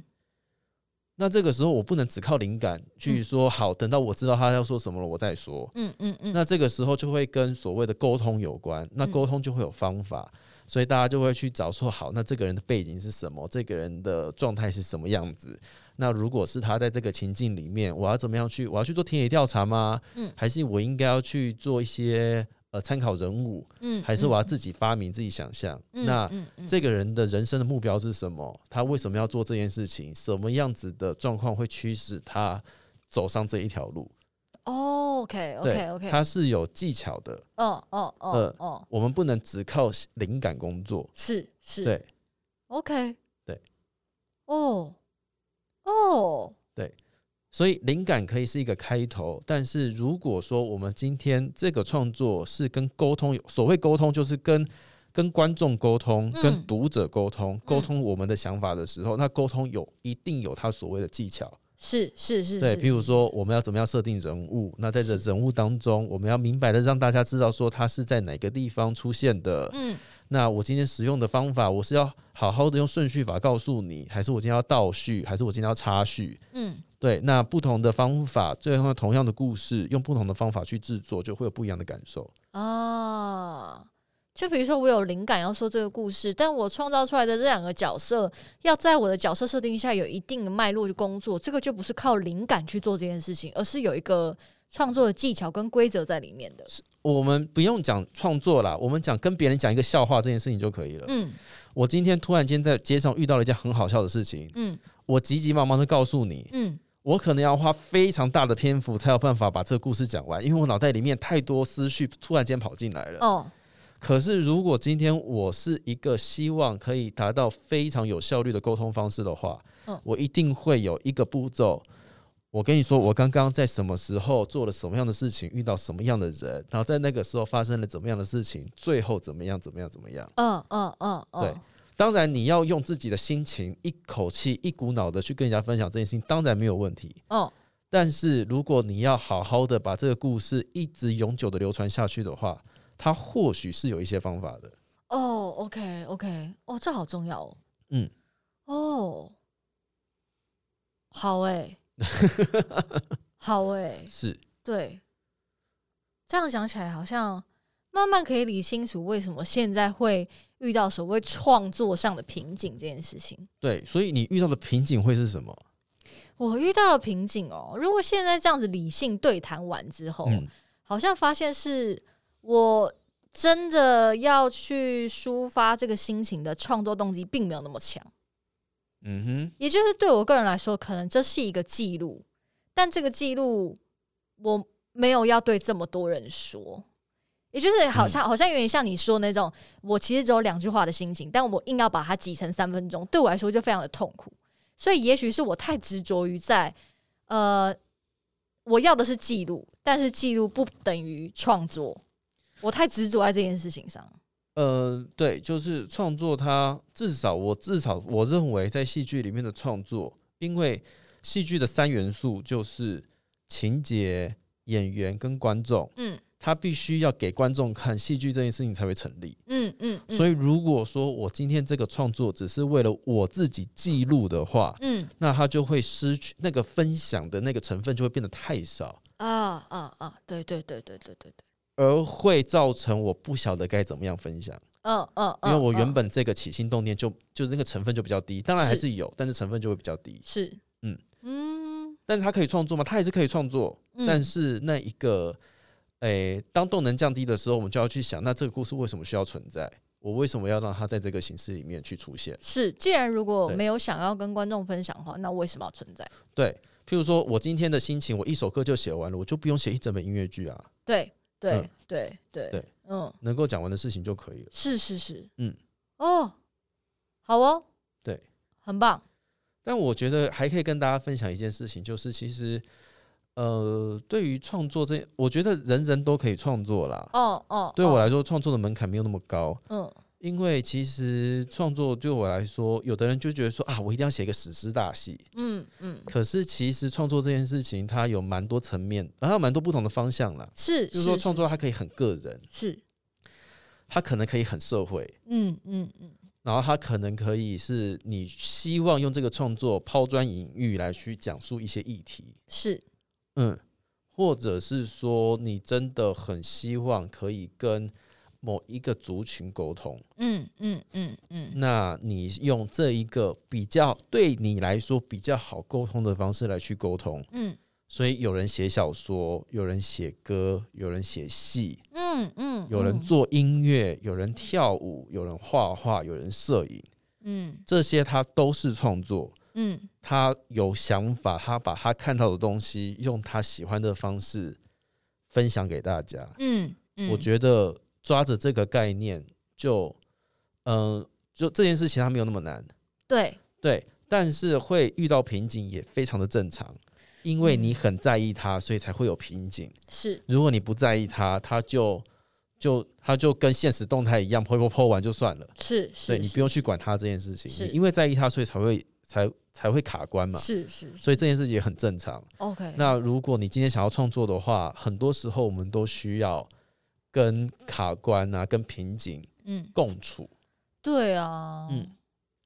Speaker 2: 那这个时候我不能只靠灵感去说，好，等到我知道他要说什么了，我再说。
Speaker 1: 嗯嗯嗯，
Speaker 2: 那这个时候就会跟所谓的沟通有关，那
Speaker 1: 嗯
Speaker 2: 沟通就会有方法，所以大家就会去找说，好，那这个人的背景是什么？这个人的状态是什么样子？那如果是他在这个情境里面，我要怎么样去？我要去做田野调查吗？
Speaker 1: 嗯
Speaker 2: 还是我应该要去做一些呃参考人物？
Speaker 1: 嗯，
Speaker 2: 还是我要
Speaker 1: 嗯
Speaker 2: 自己发明、自己想象？
Speaker 1: 嗯
Speaker 2: 那
Speaker 1: 嗯嗯
Speaker 2: 这个人的人生的目标是什么？他为什么要做这件事情？什么样子的状况会驱使他走上这一条路？
Speaker 1: 哦，OK
Speaker 2: 对
Speaker 1: OK OK，
Speaker 2: 他是有技巧的。
Speaker 1: 哦哦哦
Speaker 2: 呃
Speaker 1: 哦，
Speaker 2: 我们不能只靠灵感工作。
Speaker 1: 是是，
Speaker 2: 对，
Speaker 1: ，OK，
Speaker 2: 对，
Speaker 1: 哦哦，
Speaker 2: 所以灵感可以是一个开头，但是如果说我们今天这个创作是跟沟通有，所谓沟通就是跟跟观众沟通、
Speaker 1: 嗯
Speaker 2: 跟读者沟通、沟通我们的想法的时候，那沟通有一定有它所谓的技巧。
Speaker 1: 是是是，
Speaker 2: 对，
Speaker 1: 是
Speaker 2: 譬如，
Speaker 1: 是
Speaker 2: 说我们要怎么样设定人物，那在这
Speaker 1: 是
Speaker 2: 人物当中，我们要明白的让大家知道说他是在哪个地方出现的。
Speaker 1: 嗯
Speaker 2: 那我今天使用的方法，我是要好好的用顺序法告诉你，还是我今天要倒叙，还是我今天要插叙？
Speaker 1: 嗯
Speaker 2: 对，那不同的方法，最后同样的故事，用不同的方法去制作，就会有不一样的感受。
Speaker 1: 啊。就比如说，我有灵感要说这个故事，但我创造出来的这两个角色，要在我的角色设定下有一定的脉络去工作，这个就不是靠灵感去做这件事情，而是有一个创作的技巧跟规则在里面的。
Speaker 2: 我们不用讲创作啦，我们讲跟别人讲一个笑话这件事情就可以了。
Speaker 1: 嗯
Speaker 2: 我今天突然间在街上遇到了一件很好笑的事情，
Speaker 1: 嗯
Speaker 2: 我急急忙忙的告诉你，
Speaker 1: 嗯
Speaker 2: 我可能要花非常大的篇幅才有办法把这个故事讲完，因为我脑袋里面太多思绪突然间跑进来了。
Speaker 1: 哦
Speaker 2: 可是，如果今天我是一个希望可以达到非常有效率的沟通方式的话，
Speaker 1: 嗯
Speaker 2: 我一定会有一个步骤。我跟你说，我刚刚在什么时候做了什么样的事情，遇到什么样的人，然后在那个时候发生了怎么样的事情，最后怎么样，怎么样，怎么样。
Speaker 1: 嗯嗯嗯嗯，
Speaker 2: 对当然，你要用自己的心情，一口气、一股脑的去跟人家分享这件事情，当然没有问题。
Speaker 1: 哦
Speaker 2: 但是，如果你要好好的把这个故事一直永久的流传下去的话，它或许是有一些方法的。
Speaker 1: 哦，OK OK，哦，这好重要哦。
Speaker 2: 嗯，
Speaker 1: 哦，好哎、
Speaker 2: [laughs]
Speaker 1: 好哎、
Speaker 2: 是，
Speaker 1: 对，这样想起来好像慢慢可以理清楚为什么现在会遇到所谓创作上的瓶颈这件事情。
Speaker 2: 对，所以你遇到的瓶颈会是什么？
Speaker 1: 我遇到的瓶颈哦，如果现在这样子理性对谈完之后，
Speaker 2: 嗯，
Speaker 1: 好像发现是我真的要去抒发这个心情的创作动机并没有那么强，
Speaker 2: 嗯哼，
Speaker 1: 也就是对我个人来说，可能这是一个记录，但这个记录我没有要对这么多人说。也就是好
Speaker 2: 嗯
Speaker 1: 像、好像有点像你说那种，我其实只有两句话的心情，但我硬要把它挤成三分钟，对我来说就非常的痛苦。所以也许是我太执着于在，呃，我要的是记录，但是记录不等于创作，我太执着在这件事情上。
Speaker 2: 呃，对，就是创作它，至少我至少我认为在戏剧里面的创作，因为戏剧的三元素就是情节、演员跟观众，
Speaker 1: 嗯
Speaker 2: 他必须要给观众看戏剧这件事情才会成立。
Speaker 1: 嗯嗯，嗯
Speaker 2: 所以，如果说我今天这个创作只是为了我自己记录的话，
Speaker 1: 嗯
Speaker 2: 那它就会失去那个分享的那个成分，就会变得太少，
Speaker 1: 啊啊啊，对对对对对对对，
Speaker 2: 而会造成我不晓得该怎么样分享，
Speaker 1: 嗯嗯，
Speaker 2: 因为我
Speaker 1: 嗯
Speaker 2: 原
Speaker 1: 嗯
Speaker 2: 本这个起心动念就就是那个成分就比较低，当然还
Speaker 1: 是
Speaker 2: 是有，但是成分就会比较低。
Speaker 1: 是
Speaker 2: 嗯
Speaker 1: 嗯
Speaker 2: 但是它可以创作吗？它也是可以创作，
Speaker 1: 嗯，
Speaker 2: 但是那一个，诶、当动能降低的时候，我们就要去想，那这个故事为什么需要存在？我为什么要让它在这个形式里面去出现？
Speaker 1: 是，既然如果
Speaker 2: 对
Speaker 1: 没有想要跟观众分享的话，那为什么要存在？
Speaker 2: 对，譬如说我今天的心情，我一首歌就写完了，我就不用写一整本音乐剧啊，
Speaker 1: 对对
Speaker 2: 嗯
Speaker 1: 对对
Speaker 2: 对，
Speaker 1: 嗯，
Speaker 2: 能够讲完的事情就可以了。
Speaker 1: 是是是，
Speaker 2: 嗯，
Speaker 1: 哦，好哦，
Speaker 2: 对，
Speaker 1: 很棒，
Speaker 2: 但我觉得还可以跟大家分享一件事情，就是其实，呃，对于创作这，我觉得人人都可以创作啦。
Speaker 1: 哦哦，
Speaker 2: 对我
Speaker 1: 哦，
Speaker 2: 来说，创作的门槛没有那么高，
Speaker 1: 嗯
Speaker 2: 因为其实创作对我来说，有的人就觉得说啊，我一定要写一个史诗大戏。
Speaker 1: 嗯嗯，
Speaker 2: 可是其实创作这件事情，它有蛮多层面，然后蛮多不同的方向啦。
Speaker 1: 是，
Speaker 2: 就是说，创作它可以很个人，
Speaker 1: 是，
Speaker 2: 它可能可以很社会，
Speaker 1: 嗯嗯嗯，
Speaker 2: 然后它可能可以是你希望用这个创作抛砖引玉来去讲述一些议题。
Speaker 1: 是
Speaker 2: 嗯，或者是说你真的很希望可以跟某一个族群沟通，
Speaker 1: 嗯嗯嗯嗯，
Speaker 2: 那你用这一个比较对你来说比较好沟通的方式来去沟通。
Speaker 1: 嗯
Speaker 2: 所以有人写小说，有人写歌，有人写戏，
Speaker 1: 嗯嗯，
Speaker 2: 有人
Speaker 1: 嗯，
Speaker 2: 做音乐，有人跳舞，有人画画，有人摄影，
Speaker 1: 嗯
Speaker 2: 这些他都是创作。
Speaker 1: 嗯
Speaker 2: 他有想法，他把他看到的东西用他喜欢的方式分享给大家。
Speaker 1: 嗯嗯，
Speaker 2: 我觉得抓着这个概念就，嗯、就这件事情它没有那么难，
Speaker 1: 对，
Speaker 2: 对，但是会遇到瓶颈也非常的正常，因为你
Speaker 1: 嗯
Speaker 2: 很在意它，所以才会有瓶颈。
Speaker 1: 是
Speaker 2: 如果你不在意它，它就就它就跟现实动态一样，泼泼泼完就算了，
Speaker 1: 是
Speaker 2: 所
Speaker 1: 是，
Speaker 2: 以你不
Speaker 1: 用
Speaker 2: 用去管它这件事
Speaker 1: 是
Speaker 2: 情，你因为在意它，所以才会才才会卡关嘛。
Speaker 1: 是是是
Speaker 2: 所以这件事情也很正常。
Speaker 1: OK，
Speaker 2: 那如果你今天想要创作的话，很多时候我们都需要跟卡关啊、跟瓶颈
Speaker 1: 嗯，
Speaker 2: 共处。
Speaker 1: 对啊，
Speaker 2: 嗯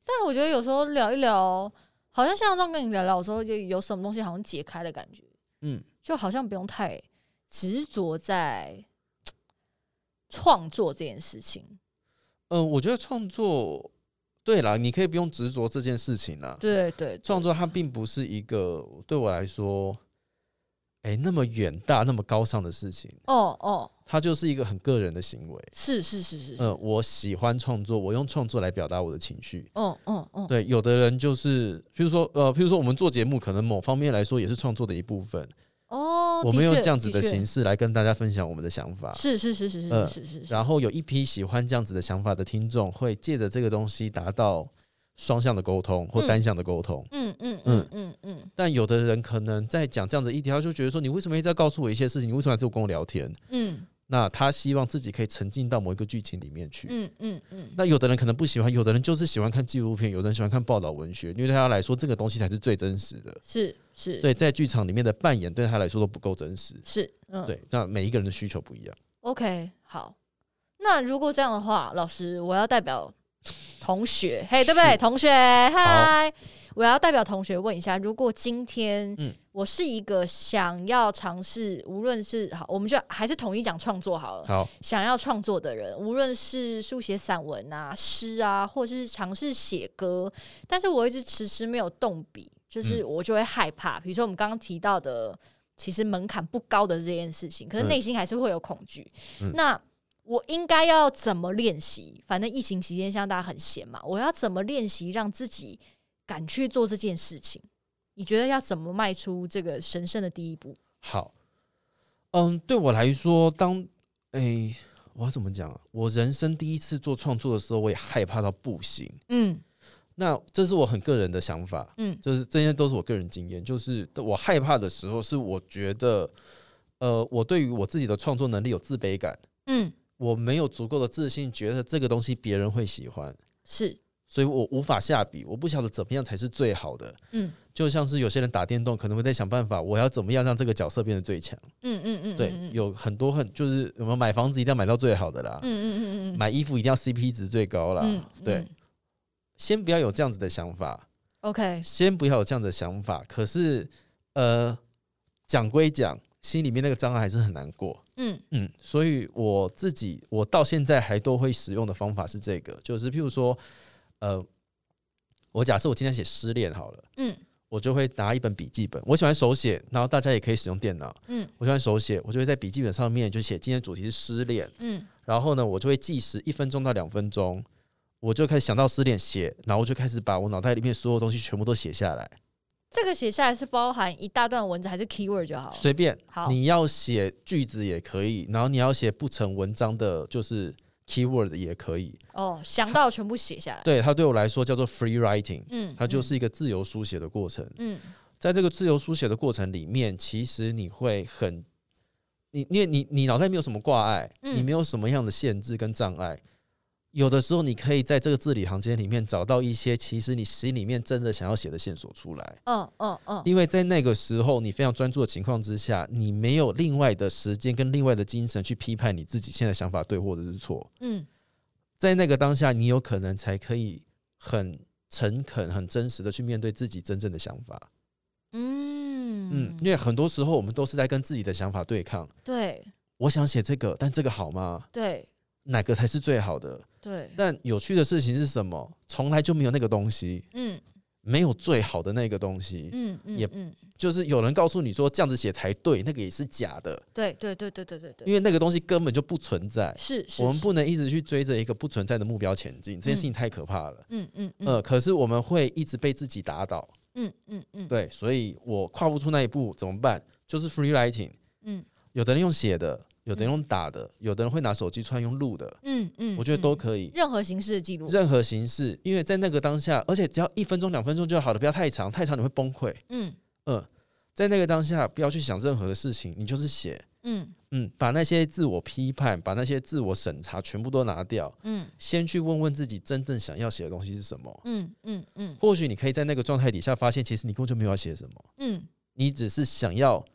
Speaker 1: 但我觉得有时候聊一聊，好像像这样跟你聊聊的时候，就有什么东西好像解开的感觉，
Speaker 2: 嗯，
Speaker 1: 就好像不用太执着在创作这件事情。
Speaker 2: 呃，我觉得创作，对啦，你可以不用执着这件事情啊啦。
Speaker 1: 对对，对
Speaker 2: 创作它并不是一个对我来说，哎、那么远大、那么高尚的事情，
Speaker 1: 哦哦，
Speaker 2: 它就是一个很个人的行为。
Speaker 1: 是是是是，是
Speaker 2: 嗯，我喜欢创作，我用创作来表达我的情绪。
Speaker 1: 哦哦哦，
Speaker 2: 对，有的人就是，譬如说，呃，譬如说，我们做节目，可能某方面来说也是创作的一部分。
Speaker 1: 哦，的
Speaker 2: 我们用
Speaker 1: 确
Speaker 2: 这样子的
Speaker 1: 确
Speaker 2: 形式来跟大家分享我们的想法。
Speaker 1: 是是是是是
Speaker 2: 嗯
Speaker 1: 是是是，
Speaker 2: 然后有一批喜欢这样子的想法的听众，会借着这个东西达到双向的沟通或
Speaker 1: 嗯
Speaker 2: 单向的沟通。
Speaker 1: 嗯嗯嗯
Speaker 2: 嗯
Speaker 1: 嗯嗯
Speaker 2: 但有的人可能在讲这样子一条，他就觉得说你为什么一直在告诉我一些事情？你为什么还是跟我聊天？
Speaker 1: 嗯
Speaker 2: 那他希望自己可以沉浸到某一个剧情里面去。
Speaker 1: 嗯嗯嗯，
Speaker 2: 那有的人可能不喜欢，有的人就是喜欢看纪录片，有的人喜欢看报道文学，因为对他来说这个东西才是最真实的。
Speaker 1: 是是，
Speaker 2: 对，在剧场里面的扮演对他来说都不够真实。
Speaker 1: 是，嗯，
Speaker 2: 对，那每一个人的需求不一样。
Speaker 1: OK，好。那如果这样的话，老师，我要代表同学，嘿，对不对？
Speaker 2: 是
Speaker 1: 同学，嗨，我要代表同学问一下，如果今天
Speaker 2: 嗯
Speaker 1: 我是一个想要尝试，无论是好，我们就还是统一讲创作好了。
Speaker 2: 好，
Speaker 1: 想要创作的人，无论是书写散文啊、诗啊，或是尝试写歌，但是我一直迟迟没有动笔，
Speaker 2: 嗯
Speaker 1: 就是我就会害怕。比如说我们刚刚提到的，其实门槛不高的这件事情，可是
Speaker 2: 嗯
Speaker 1: 内心还是会有恐惧。
Speaker 2: 嗯
Speaker 1: 那我应该要怎么练习？反正疫情期间，像大家很闲嘛，我要怎么练习让自己敢去做这件事情？你觉得要怎么迈出这个神圣的第一步？
Speaker 2: 好，嗯，对我来说，当诶、我要怎么讲啊？我人生第一次做创作的时候，我也害怕到不行。
Speaker 1: 嗯
Speaker 2: 那这是我很个人的想法，
Speaker 1: 嗯
Speaker 2: 就是这些都是我个人经验。就是我害怕的时候，是我觉得，呃，我对于我自己的创作能力有自卑感，
Speaker 1: 嗯，
Speaker 2: 我没有足够的自信，觉得这个东西别人会喜欢，
Speaker 1: 是
Speaker 2: 所以我无法下笔，我不晓得怎么样才是最好的。
Speaker 1: 嗯
Speaker 2: 就像是有些人打电动，可能会在想办法，我要怎么样让这个角色变得最强。
Speaker 1: 嗯嗯嗯，
Speaker 2: 对，
Speaker 1: 嗯
Speaker 2: 有很多很就是我们买房子一定要买到最好的啦，
Speaker 1: 嗯嗯嗯嗯，
Speaker 2: 买衣服一定要 CP 值最高啦。
Speaker 1: 嗯嗯
Speaker 2: 对，先不要有这样子的想法，
Speaker 1: ，OK，
Speaker 2: 先不要有这样的想法。可是，呃，讲归讲，心里面那个障碍还是很难过。
Speaker 1: 嗯
Speaker 2: 嗯，所以我自己我到现在还都会使用的方法是这个，就是譬如说，呃，我假设我今天写失恋好了，
Speaker 1: 嗯
Speaker 2: 我就会拿一本笔记本，我喜欢手写，然后大家也可以使用电脑，
Speaker 1: 嗯
Speaker 2: 我喜欢手写，我就会在笔记本上面就写今天主题是失恋，
Speaker 1: 嗯
Speaker 2: 然后呢，我就会计时一分钟到两分钟，我就开始想到失恋写，然后我就开始把我脑袋里面所有东西全部都写下来，
Speaker 1: 这个写下来是包含一大段文字还是 keyword 就好了？
Speaker 2: 随便
Speaker 1: 好，
Speaker 2: 你要写句子也可以，然后你要写不成文章的，就是 keyword 也可以。
Speaker 1: 哦，想到全部写下来。
Speaker 2: 对它对我来说叫做 free writing，
Speaker 1: 嗯，
Speaker 2: 它就是一个自由书写的过程。
Speaker 1: 嗯
Speaker 2: 在这个自由书写的过程里面，其实你会很，你因为你你脑袋没有什么挂碍，
Speaker 1: 嗯
Speaker 2: 你没有什么样的限制跟障碍。有的时候，你可以在这个字里行间里面找到一些其实你心里面真的想要写的线索出来，
Speaker 1: 嗯嗯嗯嗯
Speaker 2: 因为在那个时候你非常专注的情况之下，你没有另外的时间跟另外的精神去批判你自己现在想法对或者是错。
Speaker 1: 嗯
Speaker 2: 在那个当下，你有可能才可以很诚恳、很真实的去面对自己真正的想法。嗯
Speaker 1: 嗯，
Speaker 2: 因为很多时候我们都是在跟自己的想法对抗。
Speaker 1: 对
Speaker 2: 我想写这个，但这个好吗？
Speaker 1: 对
Speaker 2: 哪个才是最好的？
Speaker 1: 对，
Speaker 2: 但有趣的事情是什么？从来就没有那个东西，
Speaker 1: 嗯
Speaker 2: 没有最好的那个东西。
Speaker 1: 嗯嗯，
Speaker 2: 也
Speaker 1: 嗯
Speaker 2: 就是有人告诉你说这样子写才对，那个也是假的，
Speaker 1: 对对对对对对对，
Speaker 2: 因为那个东西根本就不存在。
Speaker 1: 是是，
Speaker 2: 我们
Speaker 1: 是
Speaker 2: 不能一直去追着一个不存在的目标前进，这件事情太可怕了。
Speaker 1: 嗯嗯嗯
Speaker 2: 呃，可是我们会一直被自己打倒。
Speaker 1: 嗯嗯嗯，
Speaker 2: 对，所以我跨不出那一步怎么办？就是 free writing，
Speaker 1: 嗯
Speaker 2: 有的人用写的，有的人用打的，有的人会拿手机出来用录的，
Speaker 1: 嗯嗯，
Speaker 2: 我觉得都
Speaker 1: 嗯
Speaker 2: 可以，
Speaker 1: 任何形式的记录，
Speaker 2: 任何形式，因为在那个当下，而且只要一分钟、两分钟就好了，不要太长，太长你会崩溃。
Speaker 1: 嗯
Speaker 2: 嗯，在那个当下，不要去想任何的事情，你就是写，
Speaker 1: 嗯
Speaker 2: 嗯，把那些自我批判、把那些自我审查全部都拿掉，
Speaker 1: 嗯
Speaker 2: 先去问问自己真正想要写的东西是什么。
Speaker 1: 嗯嗯嗯
Speaker 2: 或许你可以在那个状态底下发现，其实你根本就没有要写什么。
Speaker 1: 嗯
Speaker 2: 你只是想要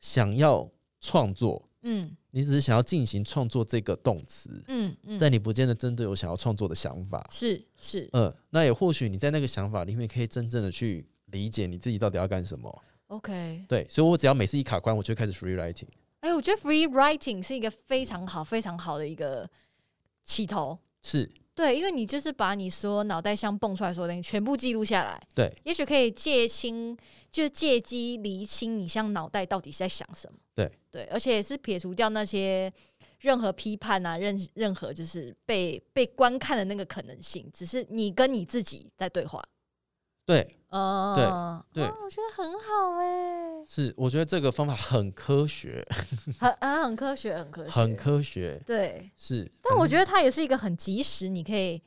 Speaker 2: 想要创作，
Speaker 1: 嗯
Speaker 2: 你只是想要进行创作这个动词，
Speaker 1: 嗯嗯，
Speaker 2: 但你不见得真的有想要创作的想法。
Speaker 1: 是是
Speaker 2: 嗯，那也或许你在那个想法里面可以真正的去理解你自己到底要干什么。
Speaker 1: OK。
Speaker 2: 对，所以我只要每次一卡关，我就开始 free writing。
Speaker 1: 哎、我觉得 free writing 是一个非常好、非常好的一个起头。
Speaker 2: 是
Speaker 1: 对，因为你就是把你所有脑袋像蹦出来所有东西全部记录下来，
Speaker 2: 对
Speaker 1: 也许可以借清，就借机厘清你像脑袋到底是在想什么。
Speaker 2: 对
Speaker 1: 对，而且是撇除掉那些任何批判啊，任任何就是被被观看的那个可能性，只是你跟你自己在对话。
Speaker 2: 对
Speaker 1: 嗯，
Speaker 2: 对
Speaker 1: 哦我觉得很好
Speaker 2: [laughs]
Speaker 1: 哎、
Speaker 2: 是，我觉得这个方法很科学，
Speaker 1: 很啊很科学，很科学，
Speaker 2: 很科学。
Speaker 1: 对。
Speaker 2: 是，
Speaker 1: 但我觉
Speaker 2: 得
Speaker 1: 得它也是一个很及时，你可以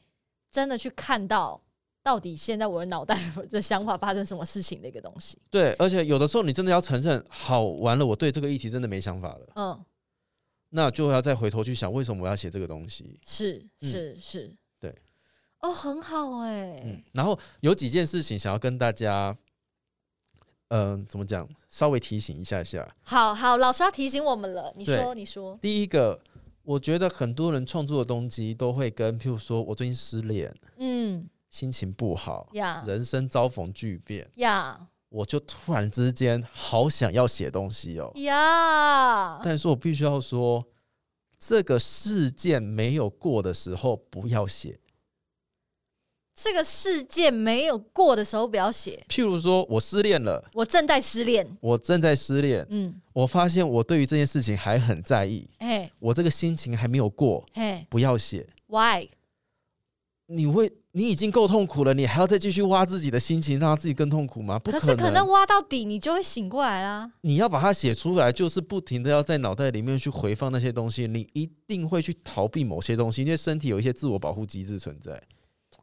Speaker 1: 真的去看到到底现在我的脑袋 [laughs] 的想法发生什么事情的一个东西。
Speaker 2: 对，而且有的时候你真的要承认，好完了，我对这个议题真的没想法了，
Speaker 1: 嗯，
Speaker 2: 那就要再回头去想，为什么我要写这个东西？
Speaker 1: 是
Speaker 2: 嗯
Speaker 1: 是是，
Speaker 2: 对。
Speaker 1: 哦，很好哎、
Speaker 2: 嗯，然后有几件事情想要跟大家，嗯、怎么讲，稍微提醒一下下。
Speaker 1: 好好，老师要提醒我们了。你
Speaker 2: 对
Speaker 1: 说，你说，
Speaker 2: 第一个，我觉得很多人创作的东西都会跟，譬如说我最近失恋，
Speaker 1: 嗯
Speaker 2: 心情不好，
Speaker 1: 呀
Speaker 2: 人生遭逢巨变，
Speaker 1: 呀
Speaker 2: 我就突然之间好想要写东西哦。
Speaker 1: 呀，
Speaker 2: 但是我必须要说，这个事件没有过的时候不要写。
Speaker 1: 这个世界没有过的时候不要写。
Speaker 2: 譬如说我失恋了，
Speaker 1: 我正在失恋，
Speaker 2: 我正在失恋，
Speaker 1: 嗯，
Speaker 2: 我发现我对于这件事情还很在意，
Speaker 1: 嘿
Speaker 2: 我这个心情还没有过，
Speaker 1: 嘿
Speaker 2: 不要写。
Speaker 1: ，why？
Speaker 2: 你会，你已经够痛苦了，你还要再继续挖自己的心情，让他自己更痛苦吗？不
Speaker 1: 可是可能挖到底，你就会醒过来啦。
Speaker 2: 你要把它写出来，就是不停的要在脑袋里面去回放那些东西，你一定会去逃避某些东西，因为身体有一些自我保护机制存在。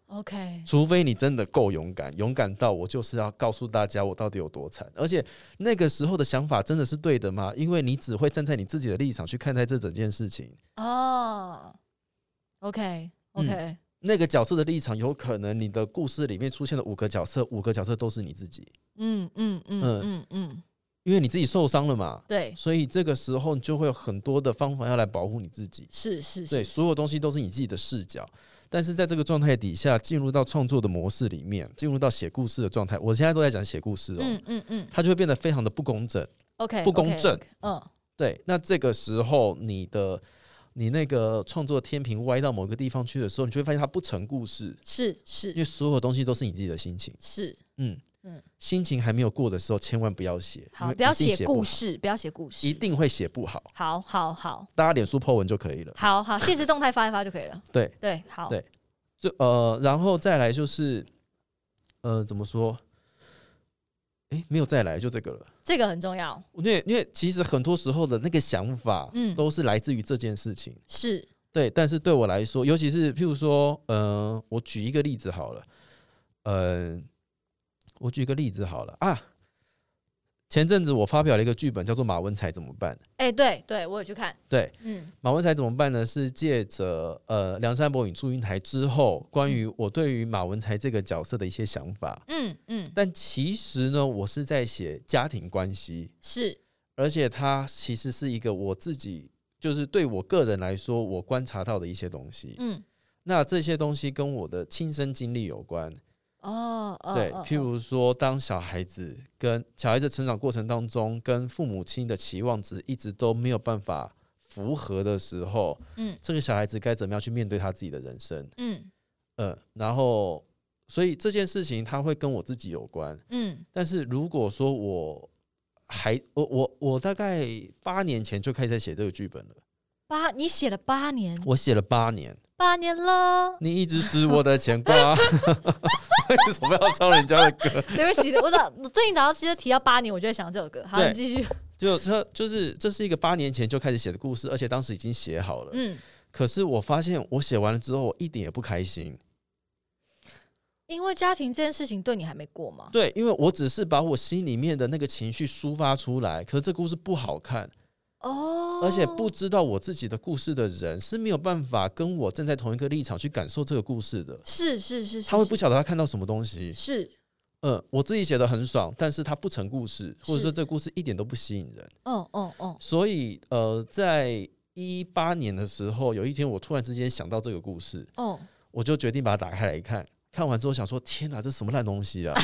Speaker 1: OK，
Speaker 2: 除非你真的够勇敢，勇敢到我就是要告诉大家我到底有多惨。而且那个时候的想法真的是对的吗？因为你只会站在你自己的立场去看待这整件事情。嗯
Speaker 1: 哦，OK，OK，、
Speaker 2: 那个角色的立场，有可能你的故事里面出现的五个角色，五个角色都是你自己，
Speaker 1: 嗯嗯嗯
Speaker 2: 嗯
Speaker 1: 嗯嗯，
Speaker 2: 因为你自己受伤了嘛，
Speaker 1: 对，
Speaker 2: 所以这个时候你就会有很多的方法要来保护你自己。
Speaker 1: 是是
Speaker 2: 对，
Speaker 1: 是，
Speaker 2: 所有东西都是你自己的视角。但是在这个状态底下，进入到创作的模式里面，进入到写故事的状态，我现在都在讲写故事哦，
Speaker 1: 嗯嗯嗯
Speaker 2: 它就会变得非常的不公正。
Speaker 1: ，OK，
Speaker 2: 不公
Speaker 1: OK，
Speaker 2: 正
Speaker 1: OK，嗯，
Speaker 2: 对，那这个时候你的你那个创作天平歪到某个地方去的时候，你就会发现它不成故事，
Speaker 1: 是
Speaker 2: 因为
Speaker 1: 是
Speaker 2: 所有东西都是你自己的心情。
Speaker 1: 是，
Speaker 2: 嗯
Speaker 1: 嗯
Speaker 2: 心情还没有过的时候，千万不要写，因
Speaker 1: 好，
Speaker 2: 为
Speaker 1: 不要
Speaker 2: 一定
Speaker 1: 写
Speaker 2: 写
Speaker 1: 故
Speaker 2: 不好，
Speaker 1: 事，不要写故
Speaker 2: 一
Speaker 1: 事，
Speaker 2: 定会写不好。
Speaker 1: 好好好
Speaker 2: 大家脸书 po 文就可以了。
Speaker 1: 好好，现实动态发一发就可以了。
Speaker 2: 对，
Speaker 1: 对，好，
Speaker 2: 对就呃，然后再来就是，呃，怎么说？诶，没有再来，就这个了。
Speaker 1: 这个很重要，
Speaker 2: 因为因为其实很多时候的那个想法，
Speaker 1: 嗯
Speaker 2: 都是来自于这件事情。
Speaker 1: 是
Speaker 2: 对，但是对我来说，尤其是譬如说，呃，我举一个例子好了，呃，我举一个例子好了啊。前阵子我发表了一个剧本，叫做《马文才怎么办》。
Speaker 1: 哎、对对，我有去看，
Speaker 2: 对，
Speaker 1: 嗯
Speaker 2: 马文才怎么办呢？是借着呃梁山伯与祝英台之后，关于我对于马文才这个角色的一些想法。
Speaker 1: 嗯嗯，
Speaker 2: 但其实呢，我是在写家庭关系，
Speaker 1: 是
Speaker 2: 而且它其实是一个我自己，就是对我个人来说，我观察到的一些东西。
Speaker 1: 嗯
Speaker 2: 那这些东西跟我的亲身经历有关，
Speaker 1: 哦哦，
Speaker 2: 对，
Speaker 1: 哦
Speaker 2: 譬如说，当小孩子跟小孩子成长过程当中，跟父母亲的期望值一直都没有办法符合的时候，
Speaker 1: 嗯
Speaker 2: 这个小孩子该怎么样去面对他自己的人生？
Speaker 1: 嗯
Speaker 2: 呃，然后，所以这件事情它会跟我自己有关。
Speaker 1: 嗯
Speaker 2: 但是如果说我还我我我大概八年前就开始在写这个剧本了，
Speaker 1: 八，你写了八年，
Speaker 2: 我写了八年。
Speaker 1: 八年了，
Speaker 2: 你一直是我的牵挂， [laughs] 为什么要抄人家的歌？
Speaker 1: [laughs] 对不起，我早我最近早上其实提到八年，我就在想这首歌，好，
Speaker 2: 对
Speaker 1: 你继续，
Speaker 2: 就这就是这是一个八年前就开始写的故事，而且当时已经写好了。
Speaker 1: 嗯，
Speaker 2: 可是我发现我写完了之后，我一点也不开心。
Speaker 1: 因为家庭这件事情对你还没过吗？
Speaker 2: 对，因为我只是把我心里面的那个情绪抒发出来，可是这故事不好看，
Speaker 1: 哦，
Speaker 2: 而且不知道我自己的故事的人是没有办法跟我站在同一个立场去感受这个故事的。
Speaker 1: 是是是，是
Speaker 2: 他会不
Speaker 1: 是
Speaker 2: 晓得他看到什么东西。
Speaker 1: 是，
Speaker 2: 嗯，我自己写的很爽，但是他不成故事，或者
Speaker 1: 是
Speaker 2: 说这个故事一点都不吸引人。
Speaker 1: 嗯嗯嗯，
Speaker 2: 所以呃，在一八年的时候，有一天我突然之间想到这个故事，
Speaker 1: 哦，
Speaker 2: 我就决定把它打开来看。看完之后想说：天哪，这什么烂东西啊！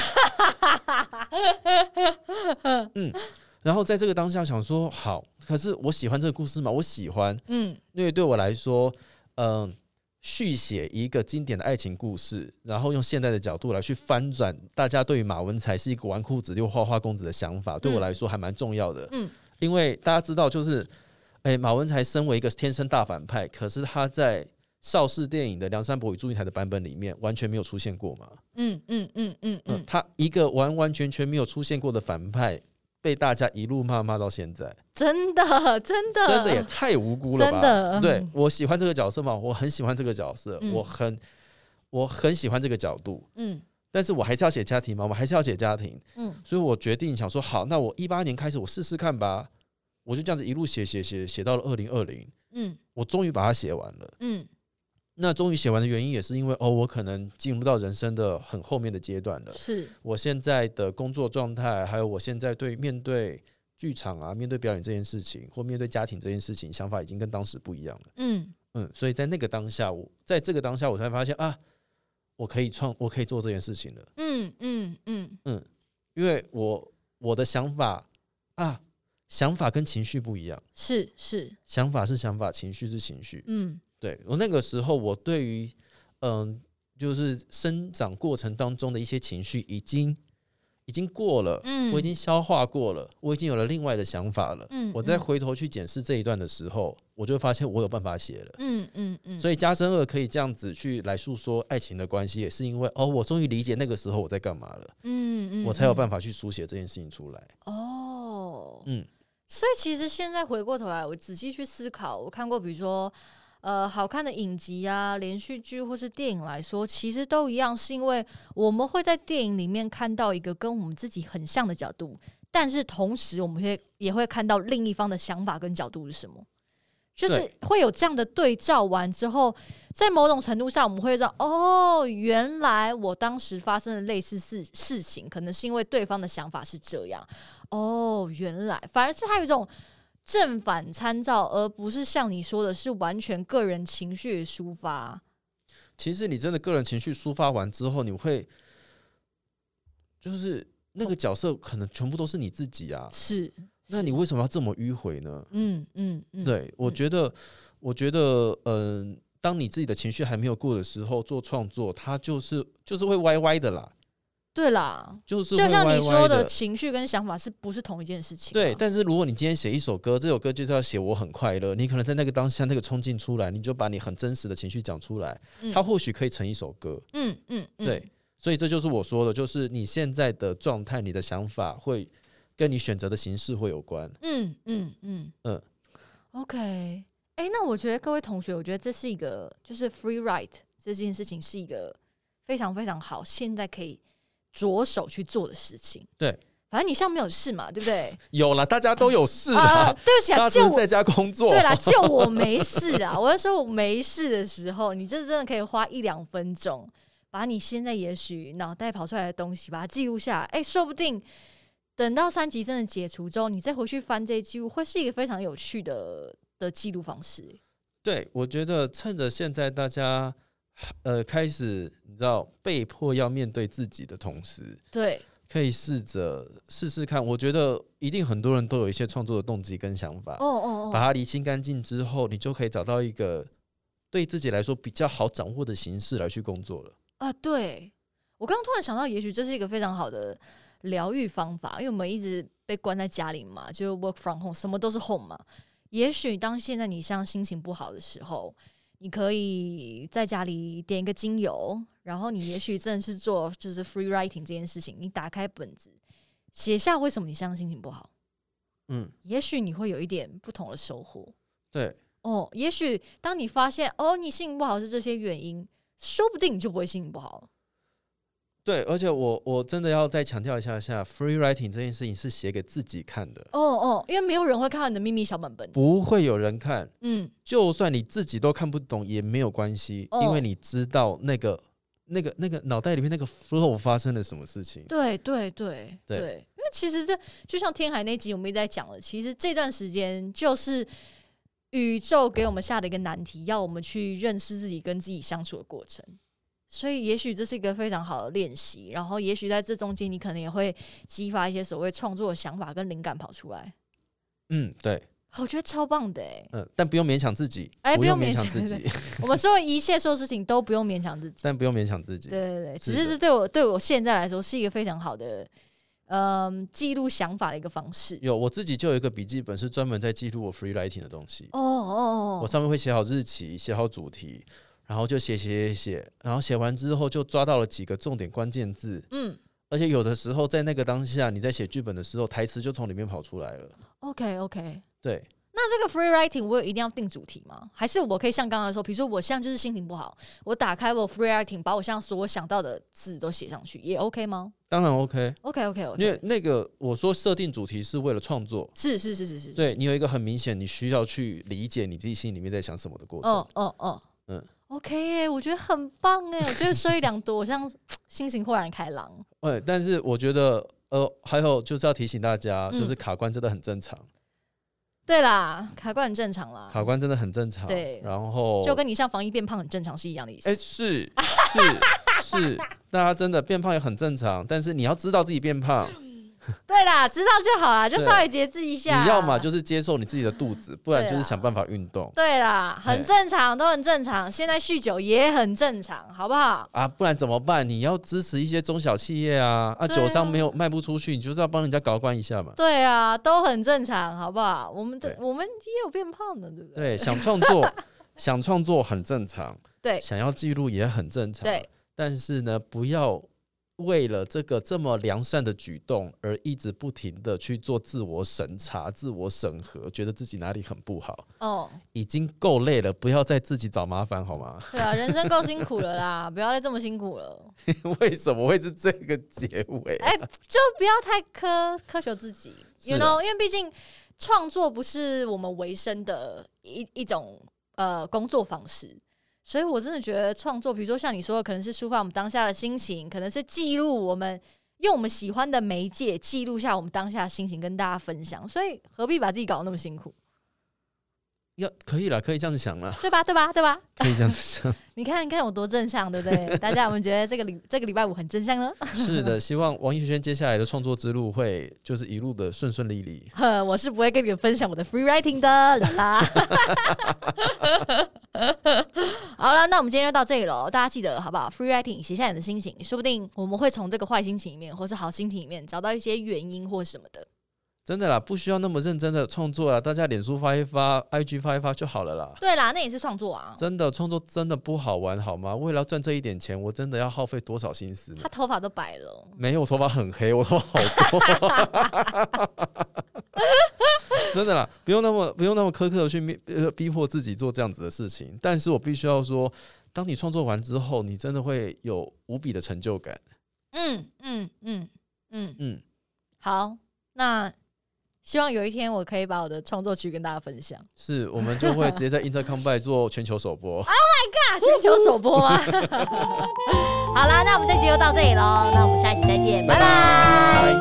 Speaker 2: 嗯，然后在这个当下想说：好，可是我喜欢这个故事嘛，我喜欢，
Speaker 1: 嗯
Speaker 2: 因为对我来说，嗯、续写一个经典的爱情故事，然后用现代的角度来去翻转大家对于马文才是一个纨绔子弟、花花公子的想法，对我来说还蛮重要的。
Speaker 1: 嗯，
Speaker 2: 因为大家知道，就是，哎、马文才身为一个天生大反派，可是他在邵氏电影的《梁山伯与祝英台》的版本里面完全没有出现过嘛。
Speaker 1: 嗯嗯嗯嗯
Speaker 2: 嗯
Speaker 1: 嗯，，
Speaker 2: 他一个完完全全没有出现过的反派，被大家一路骂骂到现在，
Speaker 1: 真的真 [laughs] 的
Speaker 2: 真的也太无辜了
Speaker 1: 真
Speaker 2: 吧？
Speaker 1: 的
Speaker 2: 对我喜欢这个角色嘛，我很喜欢这个角色，
Speaker 1: 嗯
Speaker 2: 我很我很喜欢这个角度，
Speaker 1: 嗯
Speaker 2: 但是我还是要写家庭嘛，我还是要写家庭。
Speaker 1: 嗯
Speaker 2: 所以我决定想说，好，那我一八年开始，我试试看吧。我就这样子一路写写写写到了二零二零，
Speaker 1: 嗯
Speaker 2: 我终于把它写完了。
Speaker 1: 嗯，
Speaker 2: 那终于写完的原因也是因为哦，我可能进入到人生的很后面的阶段了。
Speaker 1: 嗯是
Speaker 2: 我现在的工作状态，还有我现在对面对剧场啊、面对表演这件事情，或面对家庭这件事情，想法已经跟当时不一样了。
Speaker 1: 嗯
Speaker 2: 嗯，所以在那个当下，我在这个当下，我才发现啊，我可以创，我可以做这件事情了。
Speaker 1: 嗯嗯嗯，
Speaker 2: 因为我我的想法啊，想法跟情绪不一样，
Speaker 1: 是是，
Speaker 2: 想法是想法，情绪是情绪。
Speaker 1: 嗯
Speaker 2: 对我那个时候，我对于嗯、就是生长过程当中的一些情绪，已经已经过了，
Speaker 1: 嗯，
Speaker 2: 我已经消化过了，我已经有了另外的想法了。
Speaker 1: 嗯，
Speaker 2: 我再回头去检视这一段的时候，我就会发现我有办法写了。
Speaker 1: 嗯嗯嗯，
Speaker 2: 所
Speaker 1: 以
Speaker 2: 以加深二可以这样子去来诉说爱情的关系，也是因为哦，我终于理解那个时候我在干嘛了，
Speaker 1: 嗯嗯，
Speaker 2: 我才有办
Speaker 1: 法
Speaker 2: 法去书写这件事情出来。
Speaker 1: 哦，
Speaker 2: 嗯，
Speaker 1: 所以其实现在回过头来，我仔细去思考，我看过比如说呃好看的影集啊、连续剧或是电影来说，其实都一样，是因为我们会在电影里面看到一个跟我们自己很像的角度，但是同时我们会也会看到另一方的想法跟角度是什么。就是会有这样的对照完之后，在某种程度上，我们会知道哦，原来我当时发生的类似事事情，可能是因为对方的想法是这样。哦，原来反而是他有一种正反参照，而不是像你说的是完全个人情绪的抒发。
Speaker 2: 其实你真的个人情绪抒发完之后，你会就是那个角色可能全部都是你自己啊。
Speaker 1: 是，
Speaker 2: 那你为什么要这么迂回呢？
Speaker 1: 嗯嗯嗯，
Speaker 2: 对，我觉得，我觉得，嗯、当你自己的情绪还没有过的时候做创作，它就是就是会歪歪的啦，
Speaker 1: 对啦，
Speaker 2: 就是
Speaker 1: 就
Speaker 2: 会
Speaker 1: 像
Speaker 2: 歪
Speaker 1: 你
Speaker 2: 歪
Speaker 1: 说的，
Speaker 2: 的
Speaker 1: 情绪跟想法是不是同一件事情、啊
Speaker 2: 对，，但是如果你今天写一首歌，这首歌就是要写我很快乐，你可能在那个当下那个冲劲出来，你就把你很真实的情绪讲出来，
Speaker 1: 嗯
Speaker 2: 它或许可以成一首歌。
Speaker 1: 嗯嗯，嗯
Speaker 2: 对，所以这就是我说的，就是你现在的状态、你的想法会跟你选择的形式会有关。
Speaker 1: 嗯嗯嗯
Speaker 2: 嗯
Speaker 1: ，OK，哎、那我觉得各位同学，我觉得这是一个就是 free write 这件事情是一个非常非常好，现在可以着手去做的事情。
Speaker 2: 对，
Speaker 1: 反正你现在没有事嘛，对不
Speaker 2: [laughs]
Speaker 1: 对？
Speaker 2: 有啦，大家都有事
Speaker 1: 啊，
Speaker 2: 啦，
Speaker 1: 对不起啊，
Speaker 2: [laughs] 大家
Speaker 1: 就
Speaker 2: 都是
Speaker 1: 我
Speaker 2: 在家工作。
Speaker 1: 对啦，就我没事啊。 [laughs] 我是说我没事的时候，你这真的可以花一两分钟，把你现在也许脑袋跑出来的东西，把它记录下来。哎、说不定等到三级真的解除之后，你再回去翻这些记录，会是一个非常有趣的的记录方式。
Speaker 2: 对，我觉得趁着现在大家呃开始，你知道被迫要面对自己的同时，
Speaker 1: 对，
Speaker 2: 可以试着试试看。我觉得一定很多人都有一些创作的动机跟想法，
Speaker 1: 哦哦
Speaker 2: 把
Speaker 1: 哦，
Speaker 2: 它理清干净之后，你就可以找到一个对自己来说比较好掌握的形式来去工作了。
Speaker 1: 啊，对我刚刚突然想到，也许这是一个非常好的疗愈方法，因为我们一直被关在家里嘛，就是 work from home，什么都是 home 嘛。也许当现在你像心情不好的时候，你可以在家里点一个精油，然后你也许真的是做就是 free writing 这件事情，你打开本子写下为什么你现在心情不好，
Speaker 2: 嗯，
Speaker 1: 也许你会有一点不同的收获。
Speaker 2: 对，
Speaker 1: 哦，也许当你发现哦你心情不好是这些原因，说不定你就不会心情不好了。
Speaker 2: 对，而且我我真的要再强调一下下，free writing 这件事情是写给自己看的，
Speaker 1: 哦哦，因为没有人会看到你的秘密小本本。
Speaker 2: 不会有人看。
Speaker 1: 嗯，
Speaker 2: 就算你自己都看不懂也没有关系，
Speaker 1: 哦
Speaker 2: 因为你知道那个、那个、那个脑袋里面那个 flow 发生了什么事情。
Speaker 1: 对对对
Speaker 2: 对
Speaker 1: 因为其实这就像天海那集我们一直在讲的，其实这段时间就是宇宙给我们下的一个难题，要我们去认识自己跟自己相处的过程。所以，也许这是一个非常好的练习，然后也许在这中间，你可能也会激发一些所谓创作的想法跟灵感跑出来。
Speaker 2: 嗯，对，
Speaker 1: 我觉得超棒的哎、
Speaker 2: 嗯，但不用勉强自己，
Speaker 1: 哎
Speaker 2: 不
Speaker 1: 不用
Speaker 2: 勉
Speaker 1: 勉
Speaker 2: 强
Speaker 1: 强
Speaker 2: 自己，
Speaker 1: 我们所有一切所有事情都不用勉强自己。
Speaker 2: 但不用勉强自己。
Speaker 1: 对对对，只
Speaker 2: 是
Speaker 1: 是
Speaker 2: 的
Speaker 1: 这对我对我现在来说是一个非常好的，嗯，记录想法的一个方式。
Speaker 2: 有我自己就有一个笔记本，是专门在记录我 free writing 的东西。
Speaker 1: 哦哦
Speaker 2: 我
Speaker 1: 哦，
Speaker 2: 上面会写好日期，写好主题，然后就写写写写，然后写完之后就抓到了几个重点关键字，
Speaker 1: 嗯
Speaker 2: 而且有的时候在那个当下，你在写剧本的时候，台词就从里面跑出来了。
Speaker 1: ，OK OK。
Speaker 2: 对，
Speaker 1: 那这个 free writing 我有一定要定主题吗？还是我可以像刚刚说，比如说我现在就是心情不好，我打开我 free writing，把我现在所想到的字都写上去，也 OK 吗
Speaker 2: 当然 OK。
Speaker 1: ？OK OK OK，
Speaker 2: 因为那个我说设定主题是为了创作，
Speaker 1: 是是是是是，嗯
Speaker 2: 对
Speaker 1: 是，
Speaker 2: 你有一个很明显你需要去理解你自己心里面在想什么的过程。
Speaker 1: 嗯嗯嗯
Speaker 2: 嗯
Speaker 1: 嗯，OK，耶我觉得很棒哎，我觉得收益良多，我像心情豁然开朗。
Speaker 2: 呃、但是我觉得呃，还有就是要提醒大家，
Speaker 1: 嗯
Speaker 2: 就是卡关真的很正常，
Speaker 1: 对啦，卡关很正常啦，
Speaker 2: 卡关真的很正常。
Speaker 1: 啊对
Speaker 2: 然后
Speaker 1: 就跟你像防疫变胖很正常是一样的意思。
Speaker 2: 哎、是是是， [laughs] 大家真的变胖也很正常，但是你要知道自己变胖，
Speaker 1: 对啦，知道就好啦，就
Speaker 2: 对
Speaker 1: 稍微节制一
Speaker 2: 你
Speaker 1: 下。
Speaker 2: 要么就是接受你自己的肚子，不然
Speaker 1: 对啊
Speaker 2: 就是
Speaker 1: 啦
Speaker 2: 想办法运动。
Speaker 1: 对啦，
Speaker 2: 对
Speaker 1: 很正常，都很正常。现在酗酒也很正常，好不好？
Speaker 2: 啊，不然怎么办？你要支持一些中小企业啊，啊，
Speaker 1: 对
Speaker 2: 酒商
Speaker 1: 啊
Speaker 2: 没有卖不出去，你就是要帮人家搞关一下嘛。
Speaker 1: 对啊，都很正常，好不好？我们的
Speaker 2: 对
Speaker 1: 我们也有变胖的，对不对？
Speaker 2: 对，想创作， [laughs] 想创作很正常，
Speaker 1: 对
Speaker 2: 想要记录也很正常，
Speaker 1: 对。
Speaker 2: 但是呢，不要为了这个这么良善的举动而一直不停的去做自我审查、自我审核，觉得自己哪里很不好，
Speaker 1: 哦，
Speaker 2: 已经够累了，不要再自己找麻烦好吗？ [laughs]
Speaker 1: 对啊，人生够辛苦了啦， [laughs] 不要再这么辛苦了。
Speaker 2: 为什么会是这个结尾？
Speaker 1: 哎、就不要太苛苛求自己
Speaker 2: 是
Speaker 1: ，you know，因为毕竟创作不是我们维生的一一种呃工作方式，所以我真的觉得创作，比如说像你说的，可能是抒发我们当下的心情，可能是记录我们用我们喜欢的媒介记录下我们当下的心情，跟大家分享。所以何必把自己搞得那么辛苦，
Speaker 2: 要可以了，可以这样子想了，
Speaker 1: [laughs] 对吧？对吧？对吧？
Speaker 2: 可以这样子 [laughs] 想。
Speaker 1: 你看，你看我多正向，对不对？大家有没有觉得这个礼这个礼拜五很正向呢？
Speaker 2: 是的，希望王艺轩接下来的创作之路会就是一路的顺顺利利。
Speaker 1: 呵，我是不会跟你们分享我的 free writing 的，啦啦。 [laughs] 好了，那我们今天就到这里了，大家记得好不好？free writing 写下你的心情，说不定我们会从这个坏心情里面，或是好心情里面找到一些原因或什么的。
Speaker 2: 真的啦，不需要那么认真的创作啦，大家脸书发一发，IG 发一发就好了啦。
Speaker 1: 对啦，那也是创作啊。
Speaker 2: 真的创作真的不好玩好吗？为了要赚这一点钱，我真的要耗费多少心思呢
Speaker 1: 他？头发都白了，
Speaker 2: 没有，我头发很黑，我头发好多， [laughs] 真的啦，不用那么不用那么苛刻的去逼呃逼迫自己做这样子的事情。但是我必须要说，当你创作完之后，你真的会有无比的成就感。
Speaker 1: 嗯嗯嗯嗯，
Speaker 2: 嗯，
Speaker 1: 好，那希望有一天我可以把我的创作曲跟大家分享。
Speaker 2: 是我们就会直接在 Intercom by 做全球首播。
Speaker 1: 啊，全球首播 [laughs] 吗？好啦，那我们这集就到这里喽，那我们下一期再见，拜拜
Speaker 2: 拜